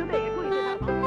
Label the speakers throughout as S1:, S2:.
S1: 球队也注意对他。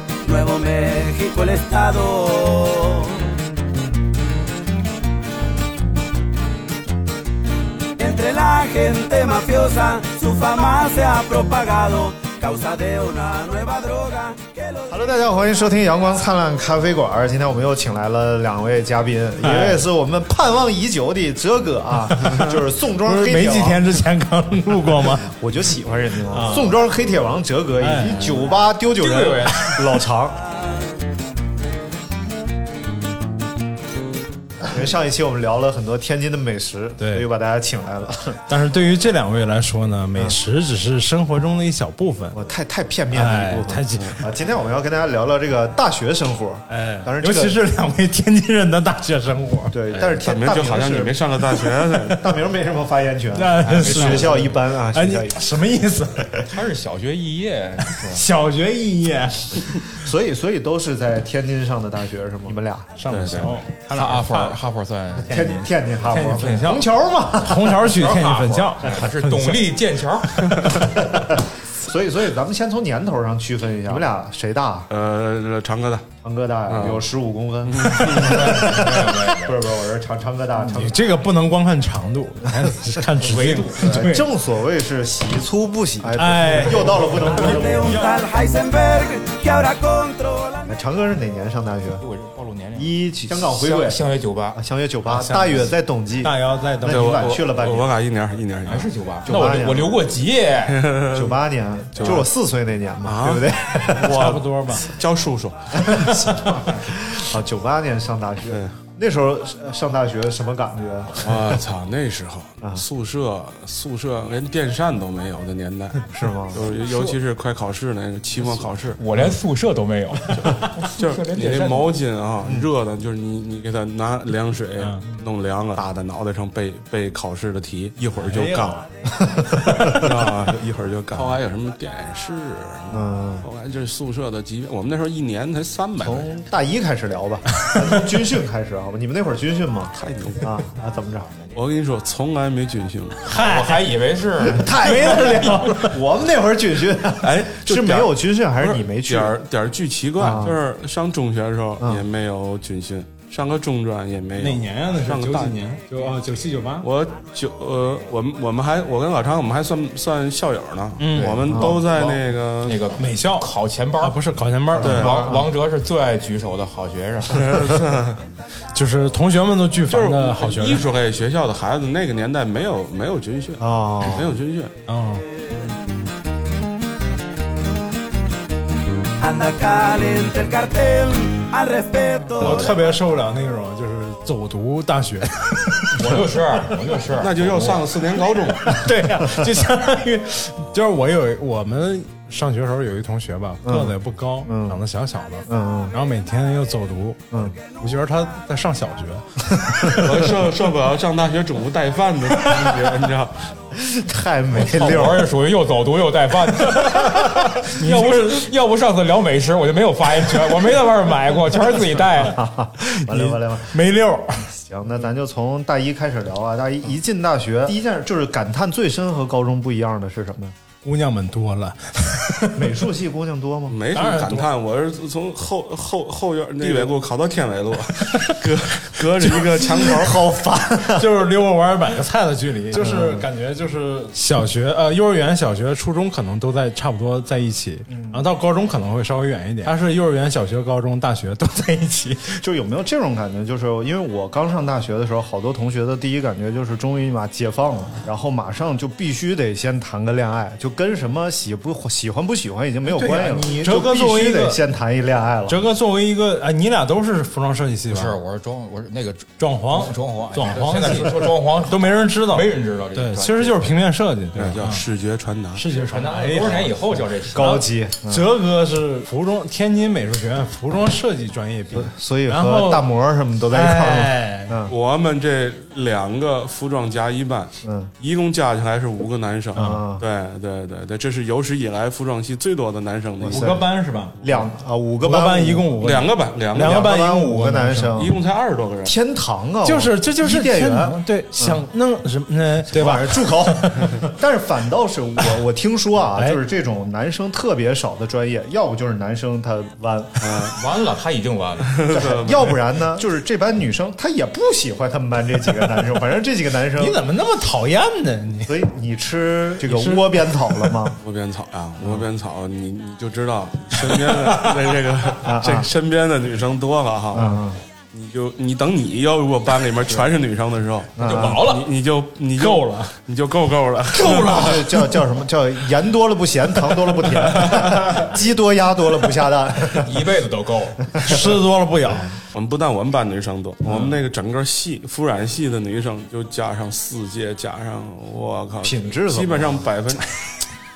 S2: Nuevo México el estado. Entre la gente mafiosa, su fama se ha propagado, causa de una nueva droga que los...
S3: Hello，大家好，欢迎收听阳光灿烂咖啡馆。今天我们又请来了两位嘉宾，一位是我们盼望已久的哲哥 啊，就是宋庄
S4: 不
S3: 黑
S4: 是
S3: 铁
S4: 没
S3: 王
S4: 几，天之前 刚录过吗？
S3: 我就喜欢人家 了。宋庄黑铁王哲哥以及酒吧丢酒人老常。 因为上一期我们聊了很多天津的美食，
S4: 对
S3: 所以又把大家请来了。
S4: 但是对于这两位来说呢，美食只是生活中的一小部分。
S3: 我太太片面了一部分，
S4: 哎太
S3: 啊！今天我们要跟大家聊聊这个大学生活，
S4: 哎，
S3: 当然这
S4: 尤
S3: 个
S4: 其是两位天津人的大学生活，
S3: 对，但是
S5: 大
S3: 天
S5: 明
S3: 哎大
S5: 就好像
S3: 是
S5: 你没上过大学
S3: ，
S5: 似的
S3: 大明没什么发言 权，
S4: 那
S3: 哎
S4: 是
S3: 学校一般啊，
S4: 哎，
S3: 学
S4: 你
S3: 校一般。
S4: 什么意思？
S5: 他是小学肄 业，
S4: 小学肄业
S3: 所以所以都是在天津上的大学是吗？你们俩
S4: 上的
S5: 对对
S4: 小，
S5: 他俩哈佛哈佛算，
S3: 天津天津哈
S4: 天津分
S3: 佛
S4: 校
S3: 虹桥嘛，
S4: 虹桥区天津分校，
S5: 他是董力剑桥。
S3: 所以所以咱们先从年头上区分一下，你们俩谁大？
S5: 呃，长哥的，
S3: 长哥大呀，
S5: 嗯
S3: 有十五公分， 不是不是，我是长长哥大，长
S4: 你这个不能光看长度，还得看直径。
S3: 对
S4: 对，
S3: 哎正所谓是喜粗不喜，
S4: 哎
S3: 又到了不能不能
S2: De un tal Heisenberg que ahora controla.
S3: 哎长哥是哪年上大学？
S5: 我是暴露年龄。
S3: 一香港回归，
S5: 相约酒吧
S3: 啊，相约九八，大约在冬季，
S4: 大姚在等
S3: 那
S5: 对
S3: 你
S5: 我
S3: 晚去了半
S5: 我
S3: 年哎
S5: 我，晚一年，一年还是酒吧
S3: 那我我留
S5: 过级，
S3: 九八年，就是我四岁那年嘛，
S5: 啊
S3: 对不对？
S4: 差不多吧。
S5: 叫叔叔。
S3: 啊，九八年上大学
S5: 对，
S3: 那时候呃上大学什么感觉？
S5: 我啊操，那时候
S3: 啊
S5: 宿舍宿舍连电扇都没有的年代，
S3: 是吗？
S5: 就是尤其是快考试那个期末考试，
S4: 我连宿舍都没有，
S5: 就是你那毛巾啊，
S3: 嗯
S5: 热的，就是你你给他拿凉水弄凉了，打在脑袋上背背考试的题，一会儿
S3: 哎
S5: 就干了， 啊，一会儿就干。后来有什么电视，啊
S3: 嗯，
S5: 后来就是宿舍的级别，我们那时候一年才三百，
S3: 从大一开始聊 吧，咱从军训开始好吧？你们那会儿军训吗？
S5: 太牛了！
S3: 啊啊，怎么着？
S5: 我跟你说，从来没军训过，
S4: 我还以为是
S3: 太没得聊了。我们那会儿军训，
S5: 哎就是点儿
S3: 没有军训还是你没去
S5: 点？儿点儿巨奇怪
S3: 啊，
S5: 就是上中学的时候
S3: 嗯
S5: 也没有军训，上个中专也没有。
S4: 哪年 啊？那
S5: 上
S4: 是九
S5: 个大
S4: 几年，九啊九七九八。
S5: 我九呃，我们我们还我跟老常我们还算算校友呢，嗯，我
S3: 啊
S5: 们都在那个
S6: 那个
S4: 美校
S6: 考前
S4: 啊，
S6: 班，
S4: 不是考前班，对
S6: 王王哲是最爱举手的好学生，
S4: 就是同学们都巨
S5: 就
S4: 烦的好
S5: 是
S4: 学
S5: 艺
S4: 生。
S5: 术类学校的孩子，那个年代没有没有军训，
S3: 哦，
S5: 没有军训，
S4: 嗯，
S2: Anda caliente el cartel al respeto.
S4: 我特别受不了那种就是走读大学，
S6: 我就是我就是，
S5: 那就又上了四 年高中，
S4: 对呀、就相当于就是我有我们上学时候有一同学吧，个子也不高，
S3: 嗯
S4: 长得小小的，
S3: 嗯嗯
S4: 然后每天又走读，
S3: 嗯，
S4: 我觉得他在上小学，
S5: 我受受不了上大学中午带饭的感觉，你知道？
S3: 太 没
S2: 哎
S3: 溜
S6: 我
S3: 嗯儿。
S6: 是属于又走读又带 饭的，要不是要不上次聊美食，我就没有发言权，我没在外面买过，全是自己 带的。
S3: 完了完了完了，
S4: 没溜儿。
S3: 行，那咱就从大一开始聊啊。大一一进大学，第一件就是感叹最深和高中不一样的是什么呀？
S4: 姑娘们多了，
S3: 美术系姑娘多 吗？
S5: 没什么感叹，我是从后后后院地纬路考到天纬路，隔
S3: 隔着一个墙 头，好烦。
S2: 就是溜个弯儿买个菜的距离，
S4: 嗯
S2: 就是感觉就是小学呃幼儿园、小学、初中可能都在差不多在一起，然后到高中可能会稍微远一点。但是幼儿园、小学、高中、大学都在一起，
S3: 就有没有这种感觉？就是因为我刚上大学的时候，好多同学的第一感觉就是终于嘛解放了，然后马上就必须得先谈个恋爱，就跟什么喜不喜欢不喜欢已经没有关系了。
S2: 对呀你
S3: 就
S2: 哲哥作为
S3: 必须
S2: 一个
S3: 得先谈一恋爱了。
S2: 哲哥作为一个啊、你俩都是服装设计系
S4: 不
S2: 吧？
S4: 是，我是装，我是那个装
S2: 装潢，
S4: 装潢，哎
S2: 装潢
S4: 现在
S2: 系
S4: 说说装潢
S2: 都没人知道，
S4: 没人知道这个
S2: 对，
S4: 专
S2: 其实就是平面设计，
S4: 嗯
S2: 对
S5: 叫视觉传达。
S2: 视觉传哎达。
S4: 多少年以后叫这些
S3: 高级，嗯
S2: 哲哥是服装天津美术学院服装设计专业毕业，
S3: 所以
S2: 然
S3: 和
S2: 后
S3: 大魔什么都在一块儿了。
S2: 哎，
S3: 嗯
S5: 我们这两个服装加一班，
S3: 嗯，
S5: 一共加起来是五个男生。
S3: 啊
S5: 对对对对，这是有史以来服装系最多的男生的一
S2: 五
S5: 次，
S2: 个班是吧？
S3: 两啊五个
S2: 五个班一
S3: 五
S2: 共五个，
S5: 两个班，两个
S2: 两
S3: 两
S2: 个
S3: 个
S2: 班
S3: 班
S2: 一共
S3: 五个男生
S5: 一，共才二十多个人。
S3: 天堂啊！
S2: 就是这就是
S3: 伊甸
S2: 天
S3: 园
S2: 堂。对，想弄什么呢？对吧？
S3: 住 口！但是反倒是我，我听说啊，
S2: 哎
S3: 就是这种男生特别少的专业，要不就是男生他弯，
S4: 完了，他已经完了。
S3: 要不然呢，就是这班女生她也不喜欢他们班这几个 男生，反正这几个男生
S2: 你。怎么那么讨厌呢？你
S3: 所以你吃这个窝边草了 吗？
S5: 窝边草啊，窝边草，你你就知道身边的这这个这身边的女生多了哈。
S3: 嗯，
S5: 你就你等你要如果班里面全是女生的时候，
S4: 就薄了
S5: 你你就你就
S2: 够了，
S5: 你就够够了。
S3: 够了， 叫叫什么叫盐多了不 咸，糖多了不甜，鸡多鸭多了不下 蛋。
S4: 一辈子都够了。
S2: 吃多了不咬，
S5: 我们不但我们班女生多，我们那个整个系污染系的女生就加上四届，加上我靠，
S3: 品质怎么
S5: 基本上 百分。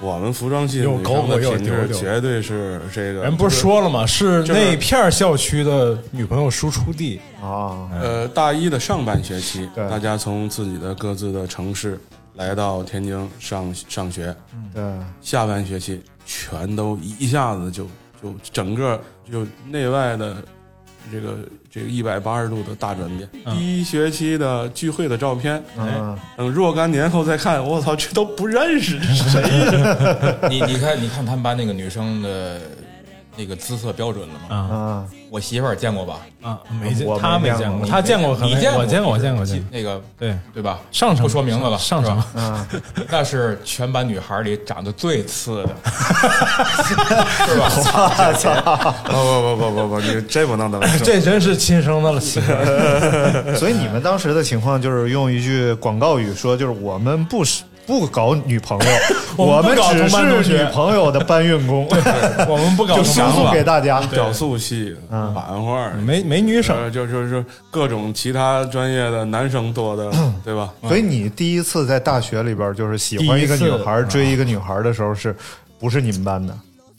S5: 我们服装系的
S2: 又
S5: 女生的
S2: 狗又
S5: 品
S2: 丢
S5: 质
S2: 丢
S5: 绝对是这个
S2: 人不是说了吗？是
S5: 就是
S2: 那片儿校区的女朋友输出地，
S3: 啊，
S5: 呃，大一的上半学期，
S3: 对
S5: 大家从自己的各自的城市来到天津上上学，
S3: 对，
S5: 下半学期全都一下子就就整个就内外的这个这个一百八十度的大转变。第一学期的聚会的照片，
S2: 哎
S3: 嗯，
S5: 等若干年后再看，我操，这都不认识，这是谁 呀？
S4: 你你看，你看他们班那个女生的那个姿色标准了 吗？
S3: 啊，
S4: 我媳妇儿见过吧？
S2: 啊，没见
S3: 我，没
S2: 他没
S3: 见
S2: 见
S3: 过
S2: 过，他见过可能，
S4: 你见过？
S2: 我见过，我见过，
S4: 就
S2: 见过。
S4: 是那个
S2: 对，
S4: 对吧？
S2: 上层
S4: 不说名字了，
S2: 上
S4: 是吧
S2: 层
S3: 嗯，
S4: 那是全班女孩里长得最次的，是吧？
S3: 我 操！
S5: 不不不不不，你这不 能当
S2: 这真是亲生的了，媳妇儿
S3: 所以你们当时的情况就是用一句广告语说，就是我们不是不搞女朋友，
S2: 我
S3: 我
S2: 们
S3: 们
S2: 不搞
S3: 只
S2: 同班同学
S3: 是女朋友的搬运工，
S2: 我们不搞
S3: 就
S2: 同
S3: 输
S2: 班
S3: 送给大家。
S5: 雕塑系、版画，
S3: 嗯
S2: 没没女生，
S5: 呃，就就是各种其他专业的男生 多的，对吧？
S3: 所以你第一次在大学里边就是喜欢一个
S2: 第一
S3: 女
S2: 次
S3: 孩，追一个女孩的时候是，不是你们班的？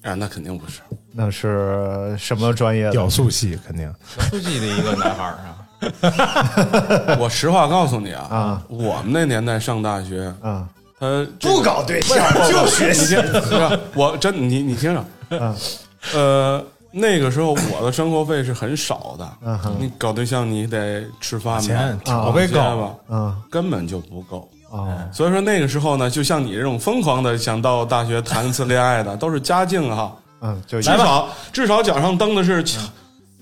S5: 啊，那肯定不是。
S3: 那是什么专业的？
S2: 雕塑系肯定。
S4: 书记的一个男孩儿啊，
S5: 我实话告诉你啊，
S3: 啊
S5: 我们那年代上大学，
S3: 啊，
S5: 他
S3: 不搞对象就 学习。
S5: 习。你听我真你你听着，
S3: 嗯
S5: 呃，那个时候我的生活费是很少的，
S3: 嗯哼
S5: 你搞对象你得吃饭
S2: 钱
S5: 吧，
S2: 啊我也搞
S5: 吧，
S3: 嗯
S5: 根本就不够。
S3: 哦
S5: 所以说那个时候呢，就像你这种疯狂的想到大学谈一次恋爱的，都是家境哈、
S3: 嗯，就
S5: 至少至少脚上蹬的是乔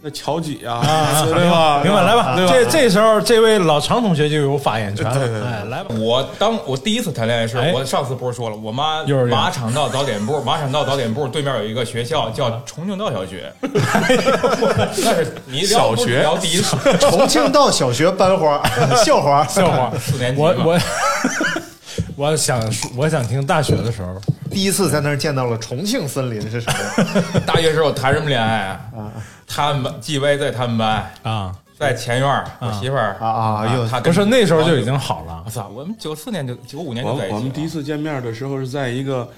S5: 那乔几啊，对吧？
S2: 明白，来吧，
S5: 啊对吧？
S2: 这这时候这位老常同学就有发言权了，哎，来吧，
S4: 我当我第一次谈恋爱是
S2: 哎，
S4: 我上次不是说了，我妈
S2: 幼儿园
S4: 马场道早点部，马场道早点部对面有一个学校叫重庆道 小学，那是你聊
S5: 小学
S4: 聊第一次
S3: 重庆道小学班花， 校花，
S2: 笑话，
S4: 四年级
S2: 我
S4: 嘛
S2: 我我 想说我想听大学的时候，
S3: 第一次在那儿见到了重庆森林是什么？
S4: 大学时候谈什么恋爱啊？他们班纪薇在他们班
S2: 啊，
S4: 在前院儿，我媳妇儿
S3: 啊啊又
S4: 她跟
S2: 不是那时候就已经好了
S4: 我。操，我们九四年就九五年就在一起啊
S5: 我
S4: 了
S5: 我们第一次见面的时候是在一个，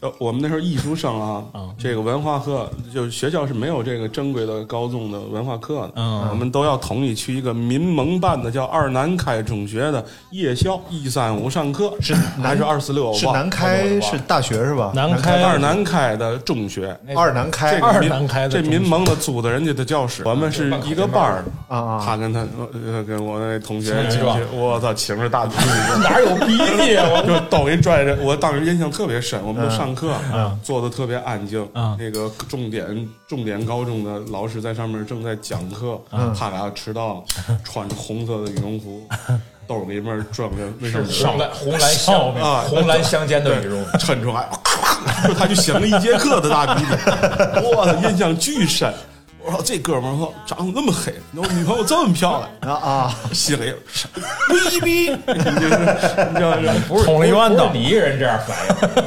S5: 呃，我们那时候艺术生
S2: 嗯
S5: 啊，这个文化课就是学校是没有这个正规的高中的文化课的，
S2: 嗯
S5: 我们都要统一去一个民盟办的叫二南开中学的夜校一三五上课，是还是二四六？我
S3: 是
S5: 忘了
S3: 南开是大学是吧？
S2: 南开
S5: 二南开的中学。
S3: 二南
S5: 这
S3: 开
S5: 个
S2: 二
S5: 民
S2: 南开的
S5: 这
S2: 中学
S5: 民盟的租的人家的教室，我们是一个班儿的
S3: 啊啊
S5: 他跟他呃跟我那同学
S4: 情
S5: 进
S4: 是吧
S5: 去，我操，情是大逼。
S4: 哪有逼你？我
S5: 就都给拽着。我当时印象特别深，我们都上上课
S2: 嗯，
S5: 坐的特别安静
S2: 嗯。
S5: 那个重点重点高中的老师在上面正在讲课，
S2: 嗯
S5: 他俩迟到了，穿着红色的羽绒服，兜里面装着卫生
S4: 是
S5: 纸，
S4: 红 蓝红蓝相
S5: 啊，
S4: 红蓝相间的
S5: 对
S4: 羽绒，
S5: 抻出来， 他就擤了一节课的大鼻涕，我的印象巨深。我说这哥们儿，我操长得那么黑，我女朋友这么漂亮啊啊！心里威逼，你就是你知道吗
S4: 不是
S2: 捅了一万刀
S4: 不是你一人这样反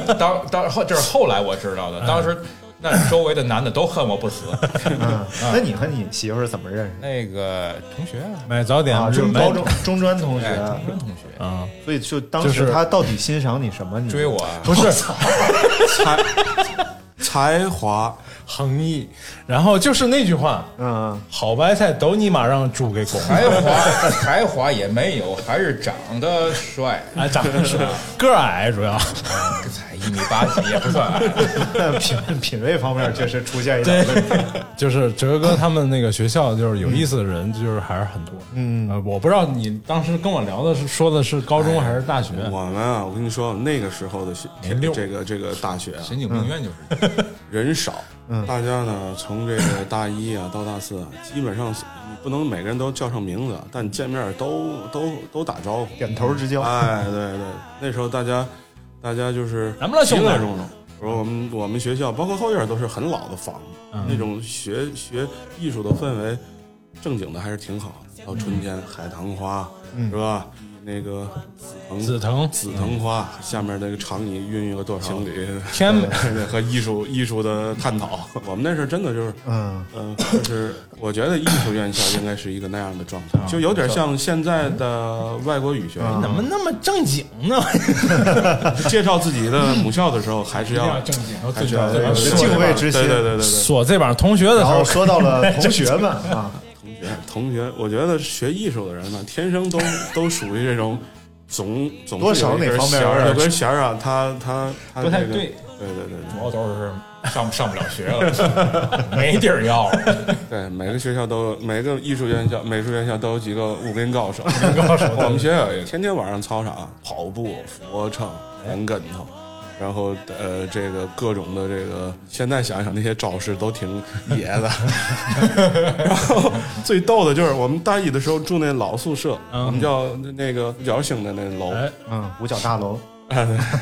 S4: 应。当当后这是后来我知道的，当时那周围的男的都恨我不死。
S3: 嗯，那你和你媳妇儿怎么认识的？
S4: 那个同学啊，
S2: 买早点
S3: 啊，
S2: 就
S3: 中
S2: 买
S3: 高中中专同学
S4: 哎，，同班同学
S2: 啊，
S3: 所以就当
S2: 就
S3: 时
S2: 是
S3: 他到底欣赏你什么？你
S4: 追我啊，
S2: 不是
S5: 才才华
S2: 恒毅，然后就是那句话，
S3: 嗯，
S2: 好白菜都你妈让猪给拱，
S4: 才华才华也没有，还是长得帅， 啊
S2: 哎，长得是个矮主要，
S4: 才一米八几也不算矮。
S3: 嗯品品味方面确实出现一点问题。
S2: 就是哲哥他们那个学校就是有意思的人就是还是很多，嗯，我不知道你当时跟我聊的是说的是高中还是大学，
S5: 我们啊，我跟你说，那个时候的学
S2: 没溜
S5: 这个这个大学啊，
S4: 神经病院就是
S5: 人少，
S3: 嗯
S5: 大家呢从这个大一啊到大四啊，基本上你不能每个人都叫上名字，但见面都都都打招呼，
S3: 点头之交
S5: 哎，对对，那时候大家大家就是
S2: 咱们了兄弟
S5: 其乐融融。我们我们学校包括后院都是很老的房子，
S2: 嗯
S5: 那种学学艺术的氛围，正经的还是挺好。到春天，海棠花、是吧？那个嗯紫
S2: 紫
S5: 藤
S2: 藤
S5: 紫藤花下面那个长椅孕育了多少情侣？
S2: 天美
S5: 对 和艺术艺术的探 讨。我们那时候真的就是，
S3: 嗯，
S5: 嗯、就是我觉得艺术院校应该是一个那样啊的状嗯态，就有点像现在的外国语学院。
S2: 怎么那么正经呢？
S5: 介绍自己的母校的时候，还是要
S2: 正经，
S5: 还是要
S3: 对有
S5: 说
S3: 敬畏之心
S5: 对对对对对。
S2: 锁这帮同学的时
S3: 然
S2: 候
S3: 后，说到了同学们啊，
S5: 同学，同学，我觉得学艺术的人呢，天生都都属于这种总总
S3: 多少哪方面有点
S5: 有根弦儿啊，他他他
S4: 不太
S5: 这个
S4: 对，
S5: 对对对
S4: 主要都是上上不了学 了，没地儿要了。
S5: 对对，每个学校都有，每个艺术院校、美术院校都有几个武林高手。
S2: 告诉
S5: 我们学校有一个，天天晚上操场跑步、俯卧撑、翻跟头。然后呃，这个各种的这个，现在想想那些招式都挺野 的。然后最逗的就是我们大一的时候住那老宿舍，
S2: 嗯
S5: 我们叫那个五角星的那楼，
S2: 哎，
S3: 嗯，五角大楼，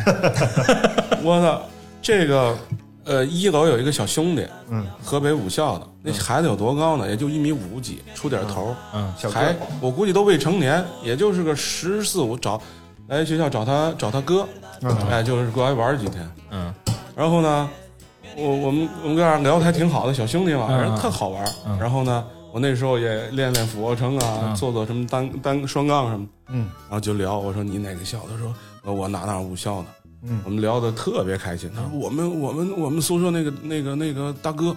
S5: 我操，这个呃，一楼有一个小兄弟，
S3: 嗯，
S5: 河北武校的，那孩子有多高呢？也就一米五几，出点头，
S2: 嗯，
S3: 小哥
S5: 还我估计都未成年，也就是个十四五，找来学校找他找他哥，
S3: 嗯
S5: 哎，就是过来玩几天，
S2: 嗯，
S5: 然后呢，我我们我们哥俩聊的还挺好的，小兄弟嘛，
S2: 嗯
S5: 反正特好玩。
S2: 嗯
S5: 然后呢，我那时候也练练俯卧撑啊，
S2: 嗯
S5: 做做什么单单双杠什么的，
S3: 嗯，
S5: 然后就聊，我说你哪个校？他说呃我哪哪武校的。
S3: 嗯
S5: 我们聊的特别开心。他说我们我们我们宿舍那个那个那个大哥，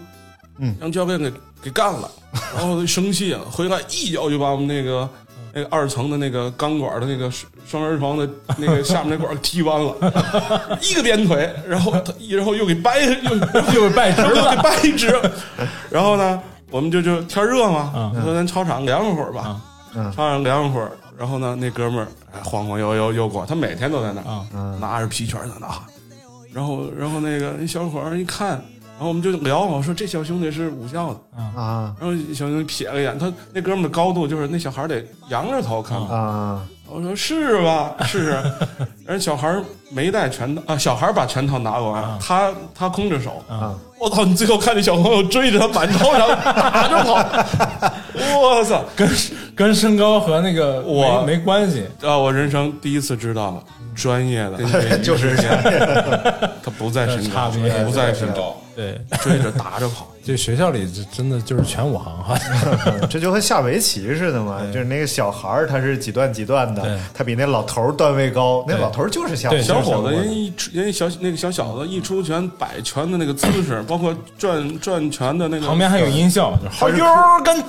S3: 嗯
S5: 让教练给给干了，然后生气了，回来一脚就把我们那个那个二层的那个钢管的那个双双人床的那个下面那管儿踢弯了， 一个鞭腿，然后他然后又给掰又
S2: 又被拜直
S5: 然后
S2: 了
S5: 给，掰一只，然后呢，我们就就天热嘛，
S2: 嗯
S5: 说咱操场凉快会儿吧，
S3: 嗯
S5: 操场凉快会儿。然后呢，那哥们儿哎晃晃悠悠又过，他每天都在那儿
S2: 啊，
S3: 嗯
S5: 拿着皮圈在那儿，然后然后那个那小伙儿一看，然后我们就聊，我说这小兄弟是武校的，
S3: 啊
S5: 然后小兄弟瞥了一眼，他那哥们儿的高度就是那小孩儿得仰着头看，
S3: 啊，
S5: 我说 是吧，是是，人小孩儿没带拳套啊，小孩儿把拳套拿过来，
S2: 啊
S5: 他他空着手
S3: 啊，
S5: 我操！你最后看那小朋友追着他满操 场打着跑，我操！
S2: 跟跟身高和那个没
S5: 我
S2: 没关系，
S5: 啊，我人生第一次知道了专业的就是这样，他不在身高，
S2: 差别
S5: 不在身高，
S4: 高，
S2: 对，
S5: 追着打着跑。
S2: 这学校里这真的就是全啊武行哈，
S3: 这就和下围棋似的嘛，就是那个小孩儿他是几段几段的
S2: 对，
S3: 他比那老头儿段位高，那
S2: 对
S3: 老头儿就是下
S2: 对
S5: 小
S2: 小
S5: 伙子，
S3: 下
S5: 人一出人小那个小小子一出拳摆拳的那个姿势，包括转转拳的那个
S2: 旁边还有音效，就是好悠跟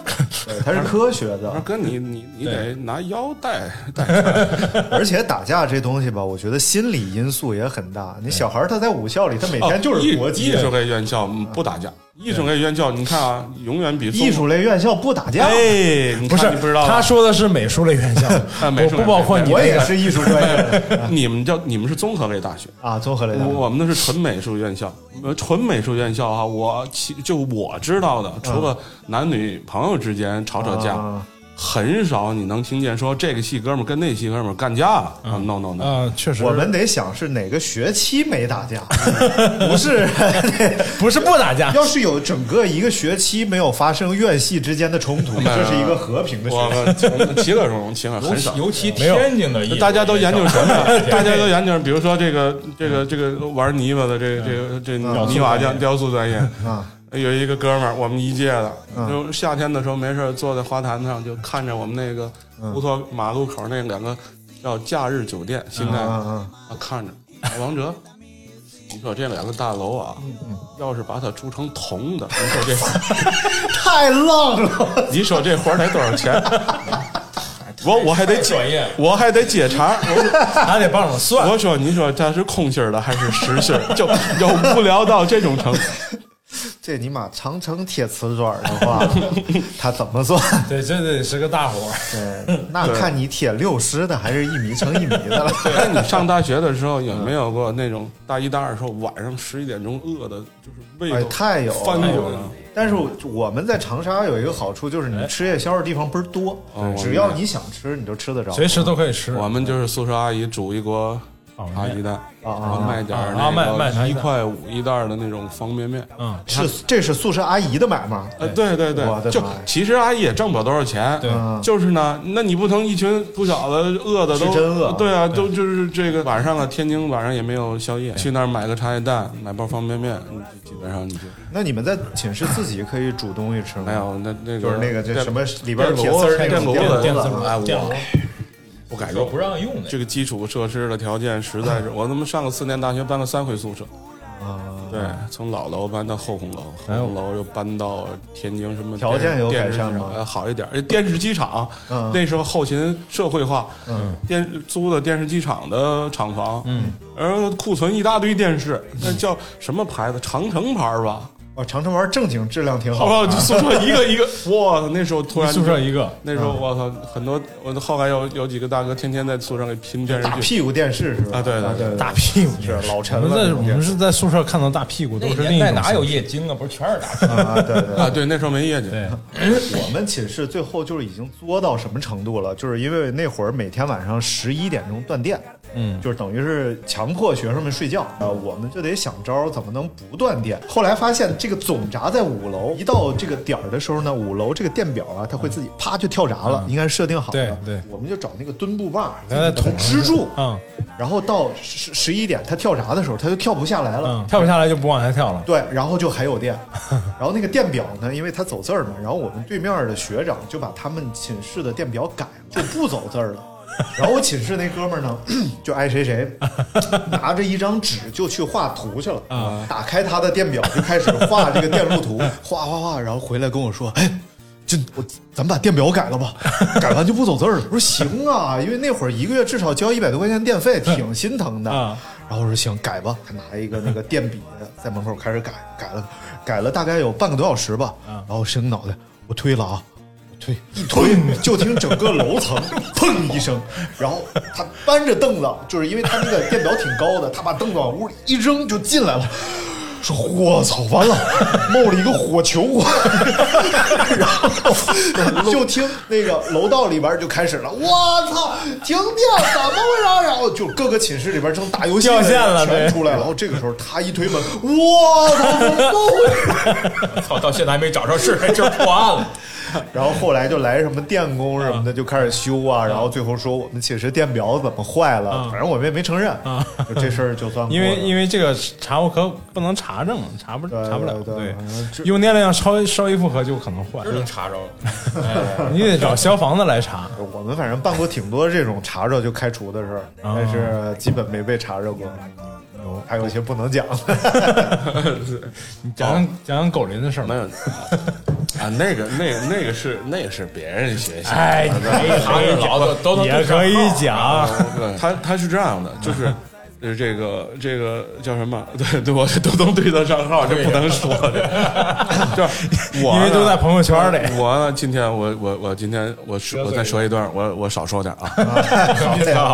S3: 对他是科学
S5: 我说
S3: 的，
S5: 哥，你你你得拿腰带带
S3: 而且打架这东西吧，我觉得心理因素也很大。你小孩儿他在武校里，他每天就是
S5: 哦哎艺
S3: 搏击
S5: 嗯艺，术类院校不打架，艺术种类院校，你看啊，永远比
S3: 艺术类院校不打架。
S5: 哎，你看
S2: 不是
S5: 你不知道啊，
S2: 他说的是美术类院校
S5: 啊，美术
S2: 我不包括你那个
S3: 我也 是艺术专业 的
S5: 你们叫你们是综合类大学
S3: 啊，综合类大学
S5: 我们那是纯美术院校。呃，纯美术院校啊，我其就我知道的，除了男女朋友之间吵吵架，
S3: 啊
S5: 很少你能听见说这个系哥们儿跟那系哥们儿干架了、啊。No no no，、
S2: 啊，确实
S3: 我们得想是哪个学期没打架，不是，
S2: 不是不打架，
S3: 要是有整个一个学期没有发生院系之间的冲突，这是一个和平的学
S5: 我
S3: 期。
S5: 们从其乐融融，其乐
S4: 尤
S5: 很
S4: 其
S5: 少。
S4: 尤其天津的艺术，？
S5: 大家都研究什么呀大家都研究，比如说这个这个这个玩泥巴的，这个这个这个泥瓦匠雕塑专业
S3: 啊。
S5: 有一个哥们儿，我们一届的，就夏天的时候没事儿坐在花坛上，就看着我们那个乌托马路口那两个叫假日酒店，现在
S3: 啊
S5: 啊
S3: 啊
S5: 看着王哲，你说这两个大楼啊，要是把它铸成铜的，你说这
S3: 太浪了！
S5: 你说这 活儿得多少钱？我我还得解
S4: 专业 了，
S5: 我还得解馋，我说
S2: 还得帮我算。
S5: 我说，你说它是空心儿的还是实心儿？ 就有无聊到这种程 度。
S3: 这尼玛长城铁瓷砖的话，他怎么算？
S2: 对，这得是个大活儿。
S3: 对， 那看你铁六十的还是一米乘一米的了。哎
S5: 那你上大学的时候有没有过那种大一大二的时候晚上十一点钟饿的，就是胃
S3: 哎，
S5: 口
S3: 太有
S5: 翻
S3: 了
S5: 滚了。哎
S3: 但是我我们在长沙有一个好处，就是你吃夜宵的地方倍儿多
S5: 哦，
S3: 只要你想吃，你就吃得着。
S2: 随时都可以吃。
S5: 我们就是宿舍阿姨煮一锅茶鸡蛋，
S3: 哦
S5: 然后卖点儿
S2: 哦啊卖卖
S5: 那
S2: 茶
S5: 个
S2: 鸡
S5: 一
S2: 蛋
S5: 块五一袋儿的那种方便面。
S2: 嗯，
S3: 是这是宿舍阿姨的买卖，
S5: 呃，对对
S3: 我的
S5: 对，就
S3: 妈呀
S5: 其实阿姨也挣不了多少钱，
S2: 对
S3: 嗯
S5: 就是呢，那你不能一群不小子饿的
S3: 是
S5: 都
S3: 真饿
S5: 对啊，都就是这个晚上啊，天津晚上也没有宵夜，去那儿买个茶叶蛋，买包方便面，你基本上你就
S3: 那你们在寝室自己可以煮东西吃吗？
S5: 没有那那个
S3: 就是那个这
S5: 电
S3: 什么里边铁丝儿那
S5: 电
S3: 种
S5: 炉子
S3: 电炉
S5: 子
S3: 子，
S5: 哎，
S2: 电炉
S5: 我不敢
S4: 说
S5: 用
S4: 不。让用的
S5: 这个基础设施的条件实在是，我他妈上了四年大学搬了三回宿舍，
S3: 啊，哎
S5: 对，从老楼搬到后红楼，后红楼又搬到天津什么
S3: 条件有改
S5: 电视
S3: 善吗
S5: 机厂呃好一点，呃电视机厂
S3: 嗯
S5: 那时候后勤社会化，
S3: 嗯，
S5: 电租的电视机厂的厂房，嗯，而库存一大堆电视，
S3: 嗯
S5: 那叫什么牌子？长城牌儿吧？
S3: 哦，长城玩正经质量挺好。
S5: 哦，就宿 舍一个一个，哇，那时候突然
S2: 宿舍一个
S5: 那时候
S3: 嗯
S5: 我操，很多我后来有有几个大哥天天在宿舍给拼电视
S3: 大
S5: 剧，
S3: 屁股电视是吧？
S5: 啊对对
S3: 对对，
S2: 大屁股
S3: 是老陈了
S2: 我们
S3: 这
S2: 在
S3: 种
S2: 我
S3: 电
S2: 们
S3: 视
S2: 是在宿舍看到大屁股都
S4: 那
S2: 是另一
S4: 年代
S2: 种
S4: 哪
S2: 形
S4: 有
S2: 式
S4: 液晶啊？不是全是大
S3: 啊，对对
S5: 啊，对，那时候没业绩，
S2: 对，
S3: 我们寝室最后就是已经作到什么程度了？ 就是因为那会儿每天晚上十一点钟断电，嗯，就是等于是强迫学生们睡觉啊，我们就得想招儿怎么能不断电。后来发现这个总闸在五楼，一到这个点儿的时候呢，五楼这个电表啊，它会自己啪就跳闸了，应该是设定好的。
S2: 嗯对对
S3: 我们就找那个墩布把
S2: 咱在
S3: 捅
S2: 捅
S3: 支柱，
S2: 嗯
S3: 然后到十十一点它跳闸的时候，它就跳不下来了，
S2: 嗯，跳不下来就不往下跳了。
S3: 对，然后就还有电，然后那个电表呢，因为它走字儿嘛，然后我们对面的学长就把他们寝室的电表改了，就不走字儿了。然后我寝室那哥们儿呢， 就爱谁谁，拿着一张纸就去画图去了。打开他的电表就开始画这个电路图，画画画，然后回来跟我说：“哎，这我咱们把电表改了吧，改完就不走字儿了。”我说：“行啊，因为那会儿一个月至少交一百多块钱电费，挺心疼的。
S2: 啊
S3: 然后我说行，改吧。他拿一个那个电笔在门口开始改，改了，改了大概有半个多小时吧。然后伸个脑袋，我推了啊，我推一推，就听整个楼层砰一声，然后他搬着凳子，就是因为他那个电表挺高的，他把凳子往屋里一扔就进来了。说我操，完 了，冒了一个火球，我然后 就听那个楼道里边就开始了，我操，停电，怎么回事？啊然后就各个寝室里边正打游戏的
S2: 掉线了
S3: 全
S2: 对
S3: 出来了。然后这个时候他一推门，我操，怎 么回事？
S4: 操， 到现在还没找着是谁，这破案了。
S3: 然后后来就来什么电工什么的，就开始修啊，然后最后说我们寝室电表怎么坏了，反正我们也没承认，就这事儿就算
S2: 啊因为因
S3: 为
S2: 为这个查我可不能查证，查不
S3: 对
S2: 查不了。
S3: 对嗯对
S2: 对
S3: 反正这，
S2: 用电量稍稍一负荷就可能坏
S4: 这，能查着了，哦哎
S2: 你得找消防的来查。
S3: 我们反正办过挺多这种查着就开除的事儿，但是基本没被查着过。还啊有一些不能 讲，
S2: 你讲讲讲讲狗林的事
S4: 哦
S2: 儿
S5: 没
S2: 吧。
S5: 有 啊，那个那个那个是那个是别人学校，
S2: 哎，
S4: 查着了都都能
S2: 也可以
S4: 对上号
S2: 讲
S5: 他他是这样的，就是呃这个这个叫什么？ 对对，我这都能对得上号，这不能说。这 就是 我呢，
S2: 因为都在朋友圈里
S5: 我呢，今天我我我今天我说我再说一段，我我少说点啊。